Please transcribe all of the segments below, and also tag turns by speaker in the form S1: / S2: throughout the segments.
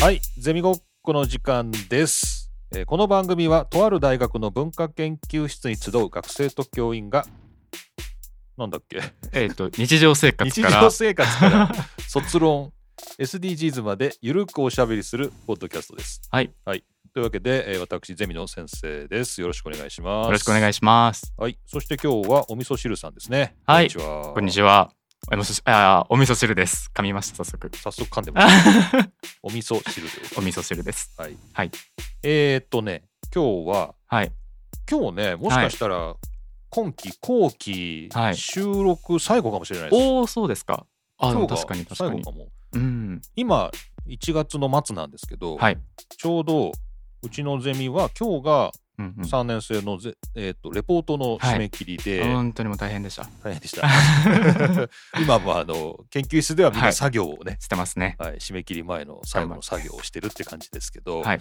S1: はい、ゼミごっこの時間です。えーこの番組はとある大学の文化研究室に集う学生と教員がなんだっけ
S2: えっ、と、日常生活
S1: 日
S2: から。
S1: 常生活 から卒論 SDGs までゆるくおしゃべりするポッドキャストです。
S2: はい、
S1: というわけで、えー私ゼミの先生です。よろしくお願いします。
S2: よろしくお願
S1: い
S2: いします。
S1: はい、そして今日はお味噌汁さんですね。
S2: はい
S1: こんにちは。
S2: こんにちは。お味噌汁あーお味噌汁です。噛みました、早 速。
S1: 早速噛んでます。 お味噌汁でございます
S2: お味噌汁です。
S1: はい。
S2: はい
S1: えー、っとね、今日は、
S2: はい。
S1: 今日ね、もしかしたら、今期後期
S2: はい
S1: 収録最後かもしれないです。
S2: おお、そうですか。あ、で
S1: 今
S2: も
S1: 日が
S2: 確かに確か
S1: 最
S2: に
S1: 後。かも。
S2: うん。
S1: 今、1月の末なんですけど、
S2: はい。
S1: ちょうど、うちのゼミは今日が
S2: うん、うん。
S1: 3年生のゼ、えーっとレポートの締め切りで、
S2: 本当にもう大変 でした。
S1: 大変でした。今もあの研究室ではみん
S2: は
S1: ない作業をね、
S2: してますね。
S1: はい、締め切り前の最後の作業をしてるって感じですけど、
S2: はい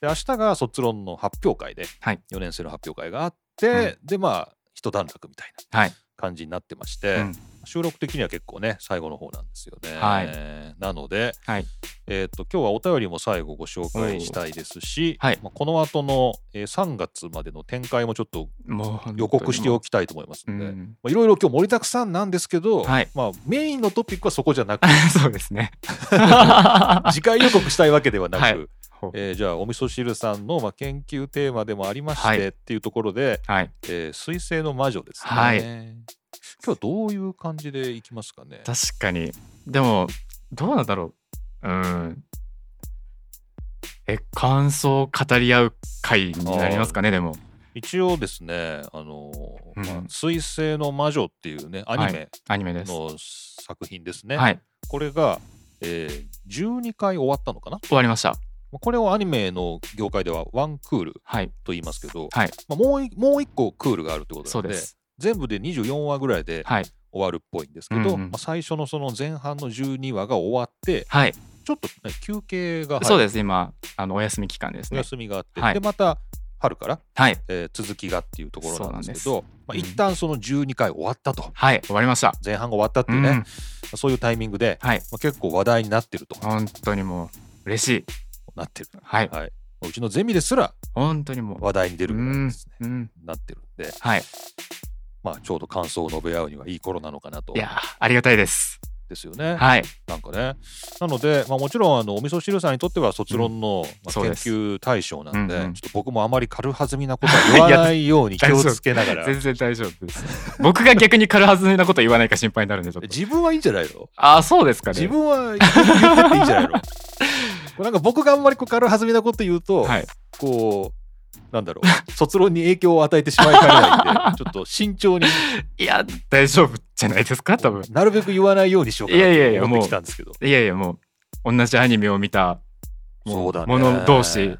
S1: で明日が卒論の発表会で、
S2: はい
S1: 4年生の発表会があって、でまあ一段落みたいな
S2: はい
S1: 感じになってまして、
S2: うん
S1: 収録的には結構ね最後の方なんですよね。
S2: はい
S1: なので、
S2: はい
S1: えー、と今日はお便りも最後ご紹介したいですし、
S2: おーはい
S1: まあ、この後の、えー3月までの展開もちょっと
S2: もう本当にもう
S1: 予告しておきたいと思います
S2: う
S1: ので。
S2: ん。
S1: まあいろいろ今日盛りだくさんなんですけど、
S2: はい
S1: まあ、メインのトピックはそこじゃ なく
S2: そうで すね。は
S1: 次回予告したいわけではなく、
S2: はいほう
S1: えーじゃあお味噌汁さんのまあ研究テーマでもありまして、
S2: はい
S1: っていうところで「
S2: い。
S1: えー水星の魔女」ですね。
S2: はい
S1: 今日はどういう感じでいきますかね
S2: 確かに。でも、どうなんだろう。うん。え、感想を語り合う会になりますかね、でも。
S1: 一応ですね「あのー
S2: うん
S1: まあ水星の魔女」っていうねアニメ
S2: アニメです。
S1: の作品ですね。
S2: はい。
S1: これが、えー12回終わったのかな
S2: 終わりました。
S1: まあこれをアニメの業界ではワンクール
S2: はい。
S1: と言いますけど、
S2: はい
S1: まあ、もういもう一個クールがあるってこと
S2: そ
S1: なの
S2: うで。
S1: です全部で24話ぐらいで
S2: はい。
S1: 終わるっぽいんですけど、
S2: うんうん
S1: まあ、最初のその前半の12話が終わって
S2: はい。
S1: ちょっと、ね、休憩が入る
S2: そうです。今、あの、お休み期間です
S1: お
S2: ね。
S1: 休みがあって、
S2: はい
S1: でまた春から、
S2: はい。
S1: えー続きがっていうところなんですけ
S2: そ
S1: どまあ、一旦その12回終わったと、
S2: はい。終わりました。
S1: 前半が終わったって
S2: う
S1: いうね、ま
S2: ん。
S1: あそういうタイミングで、
S2: はい。
S1: まあ、結構話題になってると
S2: 本当にもう、嬉しい。
S1: なってる、
S2: はい。
S1: はい、うちのゼミですら
S2: 本当にも
S1: 話題に出るぐらいですね、
S2: う、うん。
S1: なってるんで、
S2: はい。
S1: まあ、ちょうど感想を述べ合うにはいい頃なのかなと
S2: いやー、ありがたいです。
S1: ですよね。
S2: はい。
S1: なんかね。なので、まあ、もちろんあのお味噌汁さんにとっては卒論の、まあ
S2: そう
S1: 研
S2: です
S1: 究対象なんで、
S2: うんうん
S1: ちょっと僕もあまり軽はずみなことは言わないように気をつけながら。
S2: 全然大丈夫です。僕が逆に軽はずみなこと言わないか心配になるんで、ちょっと。
S1: 自分はいいんじゃないの
S2: ああ、そうですかね。
S1: 自分は言ってっていいん じゃないのこうなんか僕があんまりこう軽はずみなこと言うと、
S2: はい。
S1: こう、なんだろう、卒論に影響を与えてしまいかねないんで、ちょっと慎重に、
S2: いや、大丈夫じゃないですか、多分。
S1: なるべく言わないようにしようか
S2: いやいやい
S1: な
S2: や
S1: と思って
S2: もう
S1: きたんですけど。
S2: いやいや、もう、同じアニメを見た、も
S1: そうだね
S2: もの同士。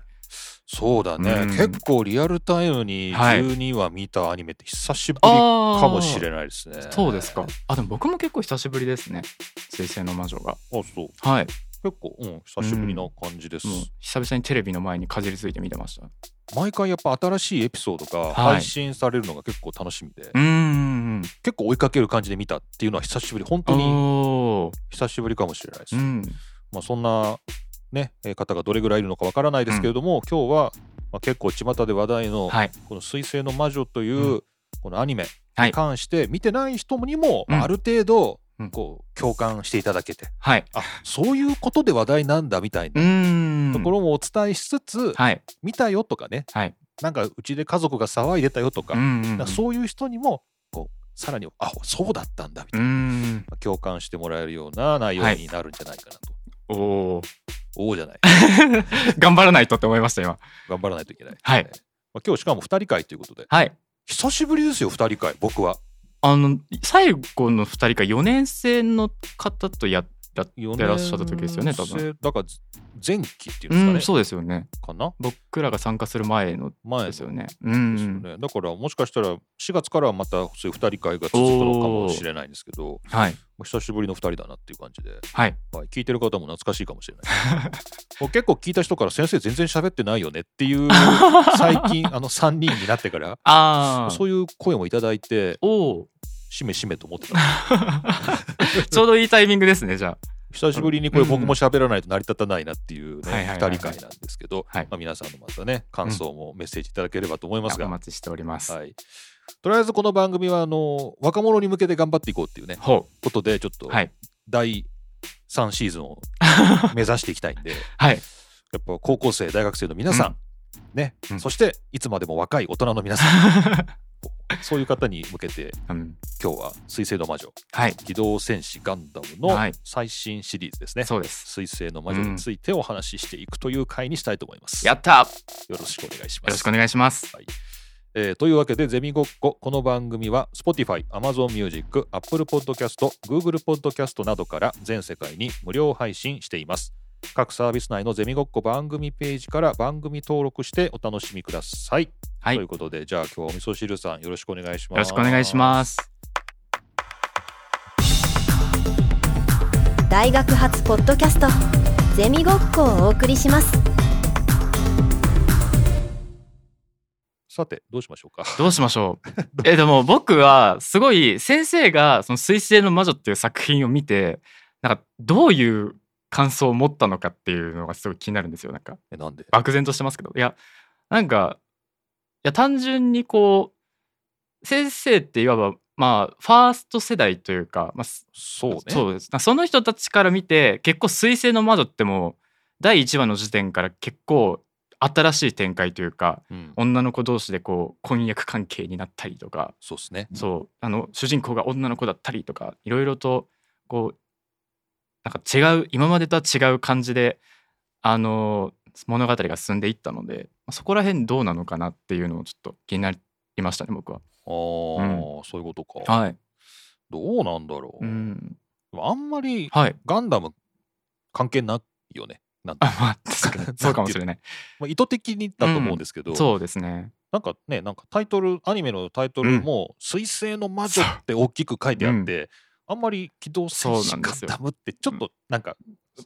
S1: そうだね、
S2: うん
S1: 結構リアルタイムに
S2: はい
S1: 12話見たアニメって久しぶりか
S2: ああ。
S1: もしれないですね。
S2: そうですか。あ、でも僕も結構久しぶりですね。水星の魔女が。
S1: あそう
S2: はい。
S1: 結構、うん、久しぶりな感じです、
S2: もう久々にテレビの前にかじりついて見てました。
S1: 毎回やっぱ新しいエピソードが
S2: はい
S1: 配信されるのが結構楽しみで、
S2: うーん。
S1: 結構追いかける感じで見たっていうのは久しぶり本当に
S2: おー
S1: 久しぶりかもしれないです。
S2: うん。
S1: まあ、そんな、ね、えー方がどれぐらいいるのかわからないですけれども、今日は、まあ、結構巷で話題の
S2: はい。
S1: この「水星の魔女」という、
S2: う
S1: このアニメ
S2: は
S1: に
S2: い
S1: 関して見てない人にも、
S2: うん
S1: まあある程度
S2: うん
S1: こう共感していただけて、
S2: はい。
S1: あそういうことで話題なんだみたいうな
S2: ーん。
S1: ところもお伝えしつつ、
S2: はい。
S1: 見たよとかね、
S2: はい
S1: なんかうちで家族が騒いでたよとか,、
S2: うんうんうん。
S1: かそういう人にもこうさらにあそうだったんだみた
S2: う
S1: い
S2: ー
S1: な、
S2: ん。
S1: 共感してもらえるような内容
S2: はい
S1: になるんじゃないかなと。
S2: おー
S1: おおじゃ ない
S2: 頑張らないとって思いました、今。
S1: 頑張らないといけない。
S2: はい
S1: まあ今日しかも2人会ということで
S2: はい。
S1: 久しぶりですよ2人会僕は。
S2: あの、最後の2人か4年生の方とややって
S1: 4
S2: らっしゃった時ですよね、多分。
S1: 分。だから前期っていうん
S2: う
S1: ですかね。
S2: ん、そうですよね。
S1: かな
S2: 僕らが参加する前の
S1: 前
S2: で
S1: ですす
S2: よ
S1: よね。
S2: ね。うんうん。
S1: だからもしかしたら4月からはまたそういう2人会が続くのかもしれないんですけど、も
S2: はい。
S1: う久しぶりの2人だなっていう感じで、
S2: はい。
S1: はい、聞いてる方も懐かしいかもしれない。もう結構聞いた人から先生全然喋ってないよねっていう最 近あの3人になってから
S2: ああ。
S1: そういう声もいただいて
S2: おお。
S1: しめしめと思ってた。
S2: ちょうどいいタイミングですね、じゃあ。
S1: 久しぶりにこれ
S2: うん
S1: 僕も喋らないと成り立たないなっていう
S2: はい
S1: ね
S2: はいはい
S1: 2
S2: はい
S1: 人会なんですけど、
S2: はい
S1: まあ、皆さんのまたね感想もメッセージいただければと思 います
S2: お
S1: が、
S2: 待ちしております。
S1: はい、とりあえずこの番組はあの若者に向けて頑張っていこうっていうね
S2: ほ
S1: ことでちょっと
S2: う。はい。
S1: 第3シーズン を目指していきたいんでや
S2: はい。
S1: っ ぱ高校生大学生の皆さん、ね、
S2: うん
S1: そしていつまでも若い大人の皆 さんそういう方に向けて
S2: うん。
S1: 今日は「水星の魔女
S2: はい。
S1: 機動戦士ガンダム」
S2: は
S1: の
S2: い
S1: 最新シリーズですね。
S2: そうです。
S1: 水星の魔女についてお話ししていくという回にしたいと思います。
S2: やったよ
S1: よろしくお願いします。
S2: ろしくお願いします。
S1: えーというわけでゼミごっここの番組は Spotify、Amazon Music、Apple Podcast、Google Podcast などから全世界に無料配信しています。各サービス内のゼミごっこ番組ページから番組登録してお楽しみください。
S2: はい。
S1: とい
S2: よ
S1: うことでじゃあ今日はお味噌汁さんよろしくお願いします。
S2: ろしくお願いします。
S3: 大学発ポッドキャストゼミごっこをお送りします
S1: す。さてどうしましょうか。
S2: どうしましょ うえでも僕はすごい先生が「その水星の魔女」っていう作品を見てなんかどういう感想を持ったのかっていうのがすごい気になるんですよなんか
S1: えなんで
S2: 漠然としてますけどいやなんかいや単純にこう先生っていわばまあファースト世代というか、まあ、す
S1: そうね。
S2: そうですその人たちから見て結構「水星の魔女」ってもう第1話の時点から結構新しい展開というか
S1: うん
S2: 女の子同士でこう婚約関係になったりとか、
S1: そうですね。
S2: そうあの主人公が女の子だったりとかいろいろとこうなんか違う今までとは違う感じであの物語が進んでいったのでまあそこら辺どうなのかなっていうのをちょっと気になりましたね僕は。
S1: ああ、そういうことか。
S2: はい、
S1: どうなんだろう。
S2: うん
S1: でもあんまり
S2: はい、
S1: ガンダム関係ないよね。なんて
S2: あまあ確かにそうかもしれない。
S1: まあ、意図的にだと思うんですけど、
S2: そうですね。
S1: なんかねなんかタイトルアニメのタイトルも「水星の魔女」って大きく書いてあって、あんまり「機動戦
S2: そ
S1: 士
S2: うなんで
S1: ガン
S2: すよ
S1: ダム」ってちょっとなんか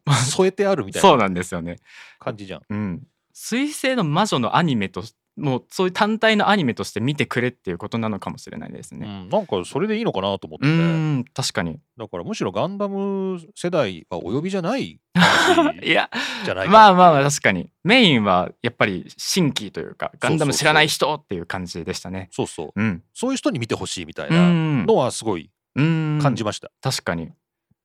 S2: まあ
S1: 添えてあるみたい
S2: そう
S1: な
S2: なんですよね。
S1: 感じじゃん。
S2: うん、水星の魔女のアニメともうそういう単体のアニメとして見てくれっていうことなのかもしれないです
S1: う
S2: ね。
S1: ん、なんかそれでいいのかなと思っ
S2: う
S1: て、
S2: ん確かに。
S1: だからむしろガンダム世代はお呼びじゃない感
S2: い
S1: じ
S2: や
S1: じゃないか
S2: まあまあまあ確かにメインはやっぱり新規というかガンダ
S1: そうそう
S2: ム
S1: そう
S2: 知らない人っていう感じでしたね。
S1: そうそう
S2: うん。
S1: そういう人に見てほしいみたいうなんのはすごい
S2: うん
S1: 感じました、
S2: 確かに。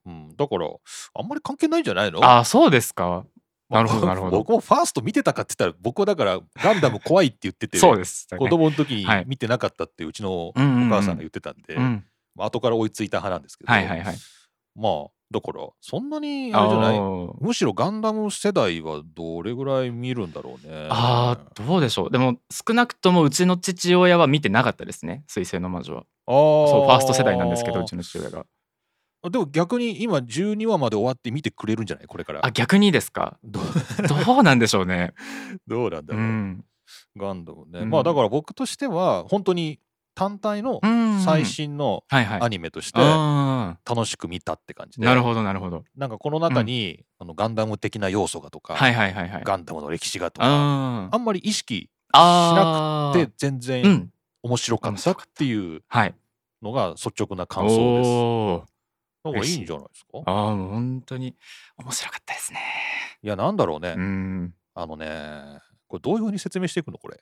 S1: うんだからあんまり関係ないんじゃないの
S2: ああそうですか。
S1: まあ
S2: なる ほどなるほど
S1: 僕もファースト見てたかって言ったら僕はだからガンダム怖いって言ってて
S2: そうです、ね。
S1: 子供の時に
S2: はい
S1: 見てなかったってうちのお
S2: うんうんうん
S1: 母さんが言ってたんで、
S2: うん。
S1: まあ後から追いついた派なんですけど、
S2: はいはいはい。
S1: まあだからそんなにあれじゃない
S2: ー
S1: むしろガンダム世代はどれぐらい見るんだろうね。
S2: あーどうでしょうでも少なくともうちの父親は見てなかったですね「水星の魔女は」
S1: あー
S2: そうファースト世代なんですけどうちの父親が
S1: でも逆に今12話まで終わって見てくれるんじゃないこれから
S2: あ逆にですか
S1: ど
S2: どうなんでしょうね
S1: どうなんだ
S2: う
S1: ろう、
S2: ん、
S1: ガンダムね、
S2: うん
S1: まあだから僕としては本当に単体の
S2: うん、
S1: 最新の
S2: はいはい
S1: アニメとして
S2: あ
S1: 楽しく見たって感じ
S2: ー
S1: で
S2: なるほどなるほど
S1: なんかこの中に、あのガンダム的な要素がとか、
S2: はいはいはいはい
S1: ガンダムの歴史がとか
S2: あ
S1: あんまり意識
S2: あ
S1: し
S2: ー
S1: で全
S2: う
S1: 然
S2: ん
S1: 面白かっ
S2: 面白
S1: たっ
S2: かった
S1: ていう
S2: はい
S1: のが率直な感想です。
S2: おー
S1: なんかいいんじゃないですかい
S2: ああもう本当に面白かったですね
S1: やなんだろうね、
S2: うん
S1: あのねこれどういうふうに説明していくのこれ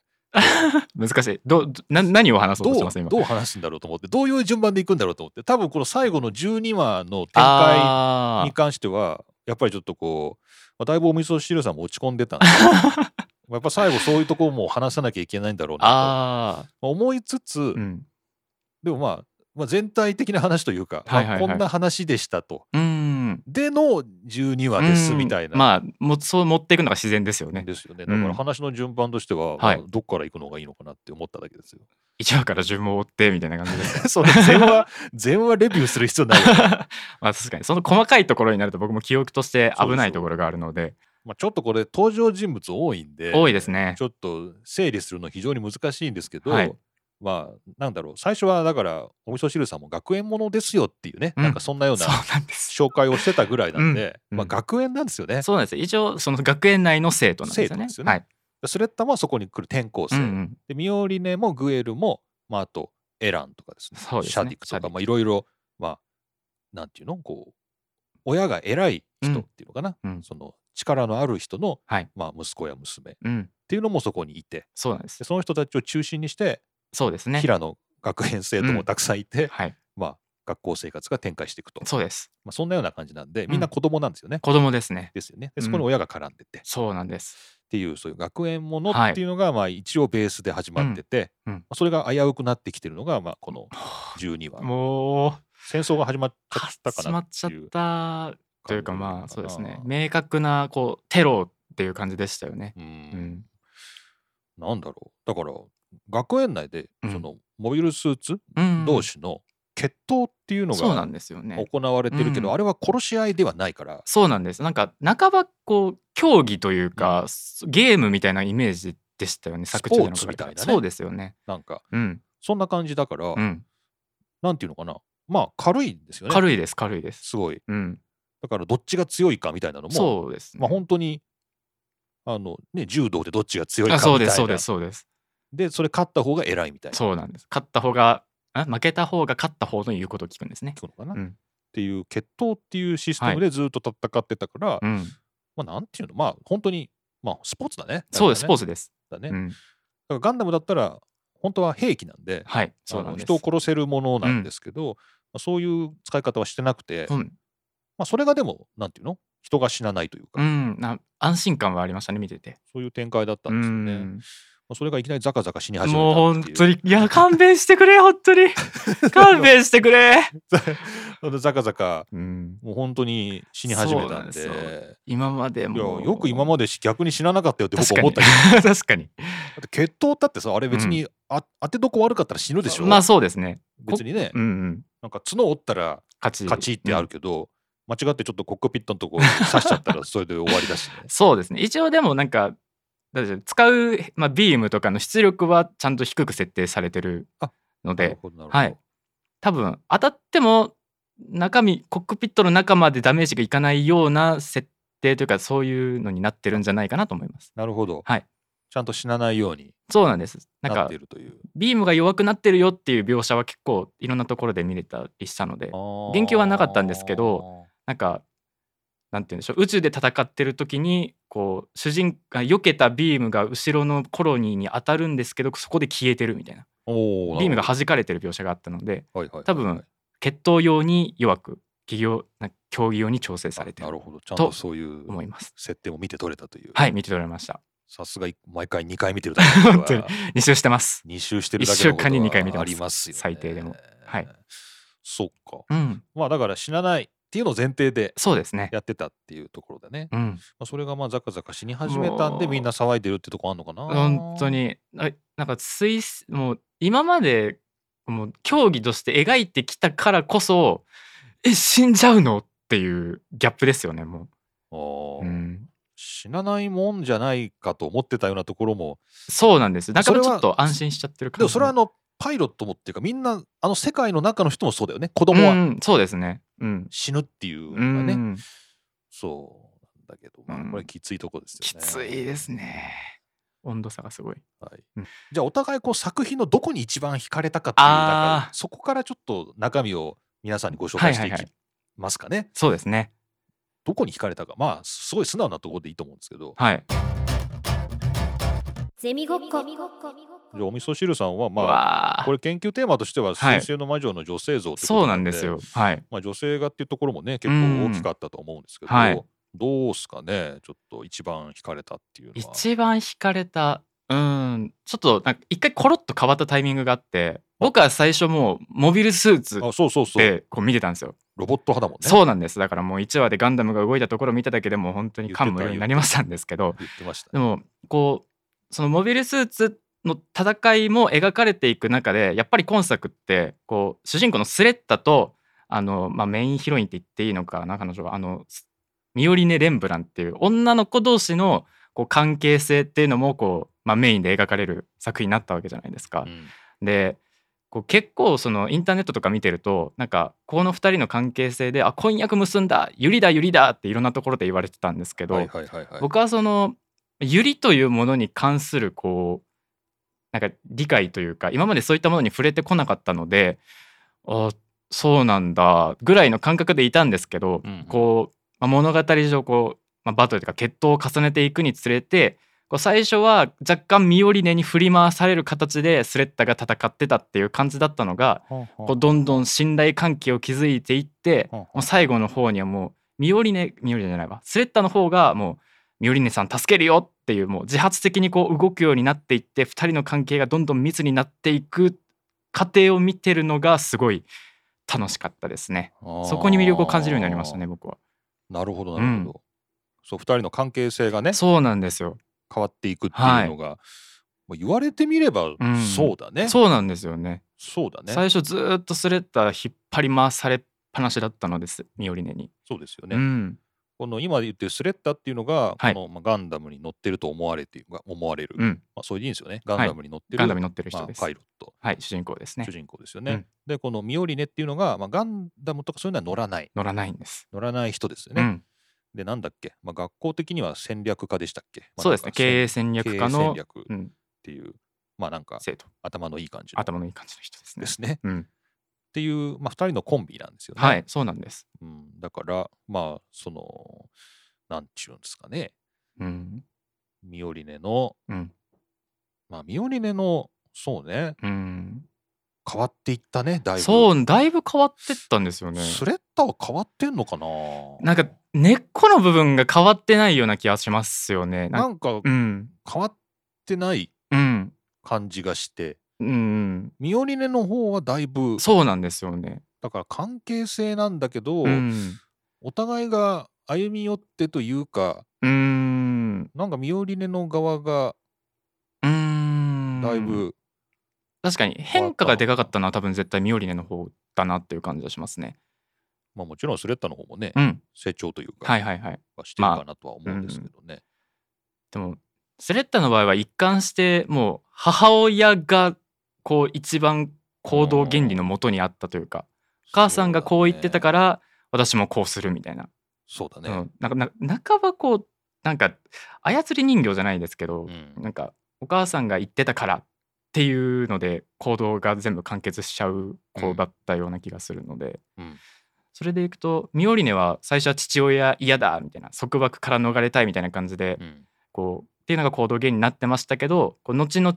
S2: 難しいどどな何を話そう
S1: ど
S2: として
S1: う
S2: ます今
S1: どう話すんだろうと思ってどういう順番でいくんだろうと思って多分この最後の12話の展開
S2: あ
S1: に
S2: ー
S1: 関してはやっぱりちょっとこう、まあ、だいぶお味噌汁さんも落ち込んで たんでまあやっぱ最後そういうところも話さなきゃいけないんだろうなと
S2: あ
S1: まあ思いつつ、
S2: ーうん
S1: でもまあ、まあ、全体的な話というか、
S2: はいはいはい
S1: まあこんな話でしたと。
S2: うん
S1: での12話ですみたいな。
S2: うんまあもうそう持っていくのが自然ですよね
S1: ですよね。
S2: う
S1: だ
S2: ん
S1: から話の順番としては、
S2: はい
S1: まあどっから行くのがいいのかなって思っただけですよ。
S2: 1話から順を追ってみたいな感じです
S1: その全話、全話レビューする必要ないよね。
S2: まあ確かにその細かいところになると僕も記憶として危ないところがあるので
S1: まあちょっとこれ登場人物多いんで、
S2: 多いですね
S1: ちょっと整理するの非常に難しいんですけど、
S2: はい
S1: まあなんだろう最初はだからお味噌汁さんも学園ものですよっていうね、
S2: うん
S1: なんかそんなよう
S2: そ
S1: な
S2: うなんです
S1: 紹介をしてたぐらいなんで、
S2: うん
S1: まあ、
S2: うん
S1: 学園なんですよね。
S2: そうなんですよ一応その学園内の生徒なんです
S1: 生
S2: よ
S1: 徒
S2: ね
S1: ですよね
S2: はい、
S1: スレッタもそこに来る転校
S2: う
S1: 生、
S2: んうん、
S1: でミオリネもグエルも、まあ、あとエランとかですね
S2: そうですね
S1: シャディクと
S2: シャデ
S1: か
S2: ィク
S1: まあいろいろまあなんていうのこう親が偉い人っていうのかな、
S2: うんうん
S1: その力のある人の、
S2: はい
S1: まあ、息子や娘っ
S2: うん、
S1: ていうのもそこにいて
S2: そうなんです
S1: で。その人たちを中心にして、
S2: そうですね。
S1: 平野学園生徒もたくさんいて、
S2: はい、
S1: まあ、学校生活が展開していくと、
S2: そうです。
S1: まあ、そんなような感じなんでみんな子供なんですよね。
S2: 子供ですね。
S1: ですよね
S2: う
S1: で
S2: ん
S1: そこに親が絡んでて、っ
S2: そうなんです。
S1: ていうそういう学園もの
S2: はい
S1: っていうのがまあ一応ベースで始まってて、
S2: うんうん
S1: まあそれが危うくなってきてるのがまあこの12話
S2: もう
S1: 戦争が始まっちゃったか
S2: 始
S1: な
S2: ま
S1: っ
S2: っちゃ
S1: て
S2: っ
S1: いう
S2: たというか
S1: 感じなの
S2: ま
S1: かな
S2: あそうですね明確なこうテロっていう感じでしたよね。
S1: う
S2: うんん、
S1: なんだろうだから学園内で
S2: うん
S1: そのモビルスーツ
S2: うん
S1: 同士の決闘っていうの
S2: そうな
S1: が
S2: んですよね。
S1: 行われてるけど、
S2: うん
S1: あれは殺し合いではないから、
S2: そうなんですなんか半ばこう競技というか、ゲームみたいなイメージでしたよね作中での
S1: スポーツみたいなね
S2: そうですよね。
S1: なんか
S2: うん、
S1: そんな感じだから、
S2: うん、
S1: なんていうのかなまあ軽いんですよね
S2: 軽いです軽いです。
S1: すごい
S2: うん、
S1: だからどっちが強いかみたいなのも
S2: そうです、ね。
S1: まあ、本当にあの、ね、柔道でどっちが強いか
S2: あ
S1: みたいな
S2: そうですそうですそうです。
S1: でそれ勝った方が偉いみたいな
S2: そうなんです。勝った方があ負けた方が勝った方の言うことを聞くんですね。
S1: 聞くのかな、
S2: うん
S1: っていう決闘っていうシステムでずっと戦ってたから、
S2: うん、
S1: まあ、なんていうのまあ本当に、まあ、スポーツだね
S2: そうですスポー
S1: ツ
S2: ツです。
S1: だね、
S2: う
S1: だか
S2: ん、
S1: らガンダムだったら本当は兵器なんで
S2: はいそうな
S1: あ
S2: ん
S1: の
S2: です。
S1: 人を殺せるものなんですけど、まあ、そういう使い方はしてなくて、
S2: うん
S1: まあ、それがでもなんていうの人が死なないというか、
S2: うん、な安心感はありましたね見てて。
S1: そういう展開だったんですよね、まあ、それがいきなりザカザカ死に
S2: うん
S1: 始めた
S2: もう本
S1: っていう
S2: 当にい や勘弁してくれ本当に勘弁してくれ。
S1: ザカザカ
S2: うん、
S1: もう本当に死に始め
S2: そう
S1: た
S2: なん
S1: んで。
S2: ですよ今まで
S1: いや
S2: も
S1: よく今までし逆に死ななかったよって僕
S2: 確か
S1: 思っ
S2: に
S1: たけど
S2: 確かに
S1: だって決闘だってさあれ別にあ、当てどこ悪かったら死ぬでしょ、
S2: まあそうですね。
S1: 別にね、
S2: うんうん
S1: なんか角折ったら
S2: 勝ち
S1: 勝ちってある
S2: うん
S1: けど、間違ってちょっとコックピットのとこ刺しちゃ ったらそれで終わりだしね、
S2: そうですね一応でもなんか。だって使う、まあ、ビームとかの出力はちゃんと低く設定されてる
S1: あ
S2: の
S1: なる
S2: で
S1: ほどなるほど、
S2: はい多分当たっても中身コックピットの中までダメージがいかないような設定というかそういうのになってるんじゃないかなと思います
S1: なるほど、
S2: はい
S1: ちゃんと死なないように
S2: そうなんですなん
S1: なっ
S2: か
S1: ているという
S2: ビームが弱くなってるよっていう描写は結構いろんなところで見れたりしたので言
S1: 言
S2: 及はなかったんですけどなんかなんて言うんでしょう宇宙で戦ってる時にこう主人が避けたビームが後ろのコロニーに当たるんですけどそこで消えてるみたいな
S1: お
S2: ビームが
S1: は
S2: 弾かれてる描写があったので
S1: はいはいはい
S2: 多分決闘用に弱く企業な競技用に調整されて
S1: あな
S2: る
S1: るほどちゃんと
S2: と
S1: そういう
S2: 思います
S1: 設定も見て取れたという、
S2: はい見て取れました
S1: さすが毎回2回見てるだけのことは
S2: 本当に2周してます
S1: 2周してるだけのこと
S2: 一週間に二回見て
S1: はあ
S2: ます
S1: りますよね
S2: 最低でもはい
S1: そっか
S2: うん
S1: まあだから死なないっていうのを前提で
S2: そうですね
S1: やってたっていうところでね、
S2: うん
S1: まあ、それがまあザカザカ死に始めたんで
S2: もう
S1: みんな騒いでるってとこあんのかな
S2: 本当にななんか推すもう今までもう競技として描いてきたからこそえ死んじゃうのっていうギャップですよねも
S1: あー
S2: う、うん、
S1: 死なないもんじゃないかと思ってたようなところも
S2: そうなんですだから
S1: そ
S2: ち
S1: れ
S2: ょ
S1: は
S2: っと安心しちゃってる感じ
S1: でもそれはあ
S2: の
S1: のパイロットもっていうかみんなあの世界の中の人もそうだよね子
S2: う
S1: 供は
S2: んそうですねうん、
S1: 死ぬっていうの
S2: う
S1: がね、
S2: ん、
S1: そうなんだけど、ま
S2: う
S1: あ、
S2: ん
S1: これきついとこです
S2: き
S1: よね。
S2: ついですね温度差がすごい
S1: はい
S2: うん
S1: じゃあお互いこう作品のどこに一番惹かれたかっていうだか
S2: あ
S1: らそこからちょっと中身を皆さんにご紹介してい
S2: はいはい
S1: き
S2: は
S1: ますかね、
S2: そうですね
S1: どこに惹かれたかまあすごい素直なところでいいと思うんですけど
S2: はい
S3: ゼミごっこ
S1: じゃあお味噌汁さんはまあ
S2: わあ
S1: これ研究テーマとしては「
S2: はい
S1: 水星の魔女の女性像」ってこと
S2: そうなんですよはい
S1: まあ、女性がっていうところもね結構大きかったと思うんですけど、
S2: うんはい
S1: どうすかねちょっと一番惹かれたっていうのは。
S2: 一番惹かれたうんちょっとなんか一回コロッと変わったタイミングがあって僕は最初もうモビルスーツ
S1: あそうそうそう
S2: でこう見てたんですよ
S1: ロボット派だもんね
S2: そうなんですだからもう1話でガンダムが動いたところを見ただけでもう本当に感無量になりましたんですけど
S1: 言ってました
S2: で
S1: ね。
S2: もこうそのモビルスーツの戦いも描かれていく中でやっぱり今作ってこう主人公のスレッタとあの、まあ、メインヒロインって言っていいのかな彼女はあのスミオリネ・レンブランっていう女の子同士のこう関係性っていうのもこう、まあ、メインで描かれる作品になったわけじゃないですか。
S1: うん
S2: でこう結構そのインターネットとか見てるとなんかこの2人の関係性で「あ婚約結んだゆりだゆりだ」っていろんなところで言われてたんですけど、
S1: はいはいはいはい、
S2: 僕はそのゆりというものに関するこうなんか理解というか今までそういったものに触れてこなかったのであそうなんだぐらいの感覚でいたんですけど、
S1: うん
S2: こう、まあ物語上こう、まあバトルというか決闘を重ねていくにつれてこう最初は若干ミオリネに振り回される形でスレッタが戦ってたっていう感じだったのがこうどんどん信頼関係を築いていって
S1: うん
S2: もう最後の方にはもうミオリネミオリネじゃないわスレッタの方がもうミオリネさん助けるよっていうもう自発的にこう動くようになっていって2人の関係がどんどん密になっていく過程を見てるのがすごい楽しかったですねそこに魅力を感じるようになりましたね僕は
S1: なるほどなるほど、そう二人の関係性がね
S2: そうなんですよ
S1: 変わっていくっていうのが、まあ言われてみれば
S2: うん
S1: そうだね、
S2: そうなんですよね
S1: そうだね
S2: 最初ずーっとスレッタ引っ張り回されっぱなしだったのですミオリネに、
S1: そうですよ
S2: う
S1: ね、
S2: ん
S1: この今言ってるスレッタっていうのが、
S2: はい
S1: このまあガンダムに乗ってると思われているが思われる、
S2: う
S1: ま
S2: ん
S1: あ、それでいいんですよねガンダムに乗ってる、
S2: ガンダムに乗ってる
S1: ま
S2: 人
S1: あ、
S2: です、
S1: パイロット
S2: はい主人公ですね
S1: 主人公ですよね、
S2: うん
S1: でこのミオリネっていうのが、まあ、ガンダムとかそういうのは乗らない
S2: 乗らないんです
S1: 乗らない人ですよね、
S2: うん、
S1: でなんだっけ、まあ、学校的には戦略家でしたっけ、まあ
S2: そうですね
S1: なんか
S2: 経営戦略家の
S1: 経営戦略っ
S2: うん、
S1: ていう、まあなんか
S2: 生徒
S1: 頭のいい感じの
S2: 頭のいい感じの人ですね
S1: ですね。
S2: うん
S1: っていう、まあ、2人のコンビなんですよね。
S2: はいそうなんです、
S1: うん、だからまあそのなんちゅうんですかね
S2: うん
S1: ミオリネの
S2: うん
S1: まあミオリネのそうね
S2: うん、
S1: 変わっていったねだいぶ。
S2: そうだいぶ変わってったんですよね
S1: スレッタは変わってんのかな
S2: なんか根っこの部分が変わってないような気がしますよねなん
S1: な
S2: か
S1: んか
S2: うん
S1: 変わってない
S2: うん
S1: 感じがして
S2: うんうん
S1: ミオリネの方はだいぶ
S2: そうなんですよね
S1: だから関係性なんだけど、
S2: うん
S1: お互いが歩み寄ってというか
S2: うん
S1: なんかミオリネの側が
S2: うん
S1: だいぶ
S2: 確かに変化がでかかったのは多分絶対ミオリネの方だなっていう感じがしますね
S1: まあもちろんスレッタの方もね、
S2: うん
S1: 成長というか、
S2: はいはいはい
S1: はしてるかなとは思うんですけどね。
S2: でもスレッタの場合は一貫してもう母親がこう一番行動原理のもとにあったというかお母さんがこう言ってたから私もこうするみたいな、
S1: そうだ
S2: う
S1: ね。
S2: んなんかな半ばこうなんか操り人形じゃないですけ
S1: う
S2: ど、
S1: ん
S2: なんかお母さんが言ってたからっていうので行動が全部完結しちゃう子だったような気がするので、
S1: うん
S2: それでいくとミオリネは最初は父親嫌だみたいな束縛から逃れたいみたいな感じで
S1: うん
S2: こうっていうのが行動原理になってましたけどこう後々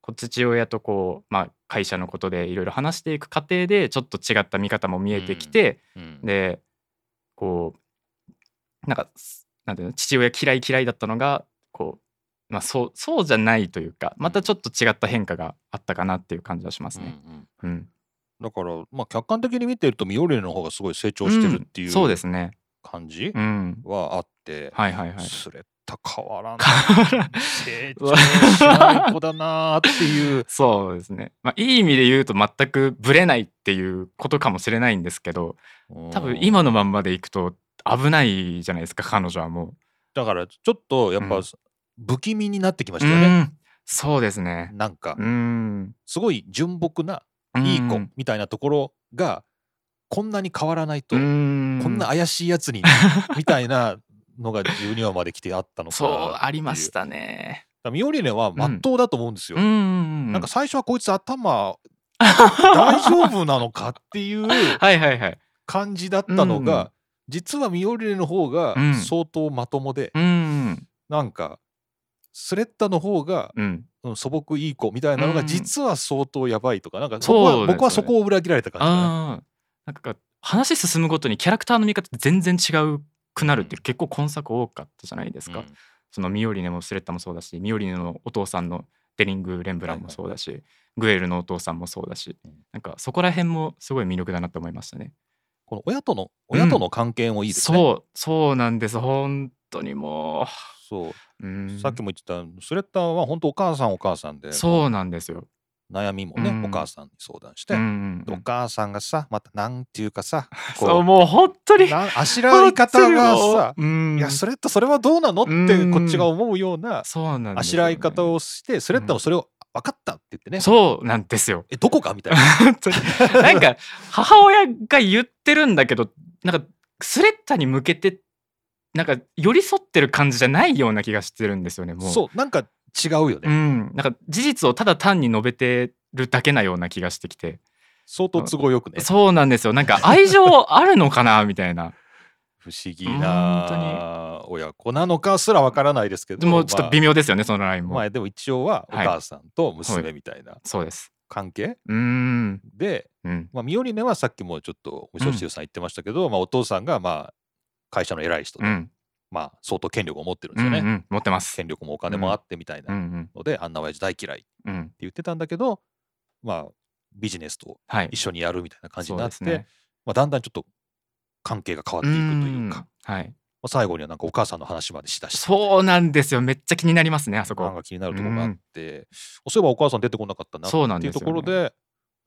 S2: こう父親とこう、まあ、会社のことでいろいろ話していく過程でちょっと違った見方も見えてきて、
S1: うん
S2: でこうなんかすなんていうの父親嫌い嫌いだったのがこう、まあ、そうそうじゃないというかまたちょっと違った変化があったかなっていう感じはしますね。
S1: うんうん
S2: うん
S1: だから、まあ、客観的に見てるとミオリネの方がすごい成長してるってい
S2: んそうで
S1: う
S2: すね。
S1: 感じ
S2: うん、
S1: はあって、
S2: はいはいはい。
S1: スレッタ変わらない成長しない子だなーっていう
S2: そうですね、まあ、いい意味で言うと全くブレないっていうことかもしれないんですけど、 多分今のまんまでいくと危ないじゃないですか彼女はも
S1: だからちょっとやっぱ、
S2: うん
S1: 不気味になってきま
S2: う
S1: したよね。
S2: うんそうですね
S1: なんか
S2: うん
S1: すごい純朴な、いい子みたいなところがこんなに変わらないと、
S2: こん
S1: こんな怪しいや つにみたいなのが12話まで来てあったのか
S2: そ
S1: な
S2: うありましたたね
S1: ミオリネは真っ当だと思うんですよ、
S2: うんうんう
S1: なんか最初はこいつ 頭大丈夫なのかっていう
S2: はいはいはい
S1: 感じだったの
S2: うんう
S1: が、
S2: ん
S1: 実はミオリネの方が
S2: うん
S1: 相当まともで、
S2: うん
S1: なんかスレッタの方が、
S2: うん
S1: うん素朴いい子みたいなの
S2: う
S1: が
S2: ん
S1: 実は相当やばいとかなんか
S2: そう
S1: 僕は,、
S2: ですね
S1: 僕はそこを裏切られた感じかな
S2: あーなんか話進むごとにキャラクターの見方全然違うくなるっていう結構今作多かったじゃないですか、
S1: うん
S2: そのミオリネもスレッタもそうだしミオリネのお父さんのデリング・レンブランもそうだし、グエルのお父さんもそうだし、
S1: うん
S2: なんかそこら辺もすごい魅力だなと思いましたね。
S1: この親との
S2: うん
S1: 親との関係もいいですね、
S2: そうそうなんです本当にも
S1: そう
S2: う、うん
S1: さっきも言ってたスレッターは本当お母さんお母さんで
S2: そうなんですよ。
S1: 悩みもね、
S2: うん
S1: お母さんに相談して、
S2: うんうんう
S1: でお
S2: ん、
S1: 母さんがさまたなんていうかさこう
S2: そうもう本当に
S1: なあしらい方がさ
S2: 本当にもううん
S1: いやスレッタそれはどうなのって
S2: うん
S1: こっちが思うような
S2: そうなんですよね
S1: あしらい方をしてスレッタもそれを分かったって言ってね、
S2: そうなんですよ。
S1: えどこかみたいな
S2: 本当になんか母親が言ってるんだけどなんかスレッタに向けてなんか寄り添ってる感じじゃないような気がしてるんですよねも う
S1: そうなんか違うよ
S2: う
S1: ね、
S2: ん、なんか事実をただ単に述べてるだけなような気がしてきて
S1: 相当都合よくね
S2: そうなんですよなんか愛情あるのかなみたい な
S1: 不思議な親子なのかすらわからないですけ
S2: で
S1: ど
S2: もちょっと微妙ですよねそのライン
S1: まあ
S2: も、
S1: まあでも一応はお母さんと娘みたいな
S2: そうです
S1: 関係
S2: うーん
S1: で、
S2: うん
S1: まあ、ミオリネはさっきもちょっとお味噌汁さん言ってましたけど、まあ、お父さんがまあ会社の偉い人で、
S2: うん
S1: まあ、相当権力を持ってるんで
S2: う
S1: す
S2: ん
S1: よね、
S2: うん持ってます
S1: 権力もお金もあってみたい
S2: うんう
S1: なんので、あんな親父大嫌いって
S2: うん
S1: 言ってたんだけどまあビジネスと
S2: はい
S1: 一緒にやるみたいな感じになって、
S2: そうですね
S1: まあ、だんだんちょっと関係が変わっていくというか、ま
S2: うんはい
S1: あ、最後にはなんかお母さんの話までしだして
S2: そうなんですよめっちゃ気になりますねあそ
S1: なん
S2: こ
S1: か気になるところがあって、そういえばお母さん出てこなかったな
S2: そうなん
S1: ってい
S2: で
S1: う
S2: す
S1: と
S2: よ
S1: ころで
S2: ね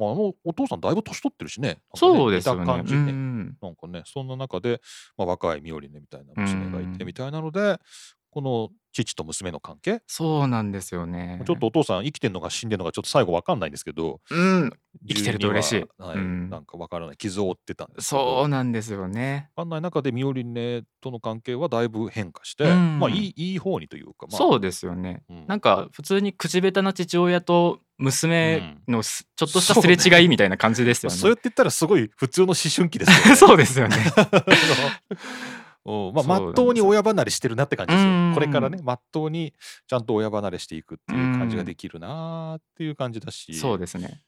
S1: まあ、あのお父さんだいぶ年取ってるしね
S2: そうですよ
S1: 見
S2: ね
S1: た感じ
S2: う
S1: ね、
S2: ん
S1: なんかねそんな中で、まあ、若いミオリネみたいな娘がいて
S2: うん
S1: みたいなので、この父と娘の関係、
S2: そうなんですよね
S1: ちょっとお父さん生きてるのか死んでるのかちょっと最後わかんないんですけど
S2: うん生きてると嬉しい
S1: 自分にははい
S2: うん
S1: なんかわからない傷を負ってたんですけど
S2: そうなんですよね
S1: わかんない中でミオリネとの関係はだいぶ変化して、
S2: うん
S1: まあいいいい方にというか、まあ、
S2: そうですよね
S1: うん
S2: なんか普通に口下手な父親と娘のすちょっとしたすれ違いみたいな感じですよね。
S1: そうやって言ったらすごい普通の思春期ですよね。
S2: そうですよ
S1: う
S2: ね。
S1: んまあ、
S2: そうなんですよ
S1: まっとうに親離れしてるなって感じですよ
S2: うんうん
S1: これからねまっとうにちゃんと親離れしていくっていう感じができるなーっていう感じだし、
S2: そうですね。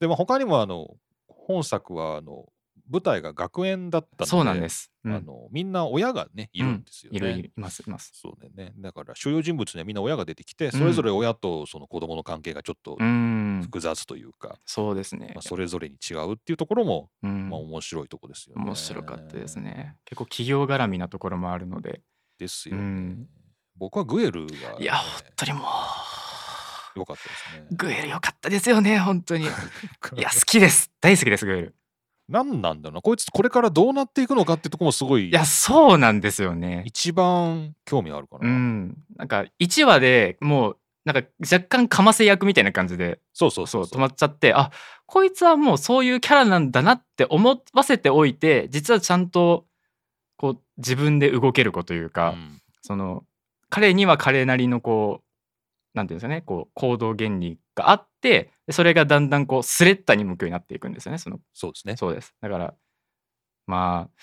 S1: でも他にもあの本作はあの舞台が学園だったので
S2: そうなんです。う
S1: あ
S2: ん、
S1: のみんな親がねいるんですよね。
S2: いるいるいますいます。
S1: そうだよねだから主要人物にはみんな親が出てきてそれぞれ親とその子供の関係がちょっと
S2: うん、
S1: 複雑というか、
S2: そうですね
S1: まあ、。それぞれに違うっていうところも、
S2: うん
S1: まあ、面白いとこですよね。
S2: 面白かったです。ね。結構企業絡みなところもあるので、
S1: です
S2: う
S1: よね。
S2: ん、
S1: 僕はグエルが、ね、
S2: いや本当にもう
S1: よかったですね。
S2: グエル良かったですよね本当に。いや好きです大好きですグエル。
S1: 何なんだろうなこいつこれからどうなっていくのかってとこもすごい
S2: いやそうなんですよね。
S1: 一番興味あるか
S2: う
S1: な、
S2: ん、なんか1話でもうなんか若干かませ役みたいな感じで
S1: そうそう
S2: そ
S1: そうう
S2: 止まっちゃってあこいつはもうそういうキャラなんだなって思わせておいて実はちゃんとこう自分で動ける子というか、
S1: うん
S2: その彼には彼なりのこうなんていうんですかねこう行動原理があってでそれがだんだんこうスレッタに向くようになっていくんですよねその
S1: そうですね
S2: そうです。だから、まあ、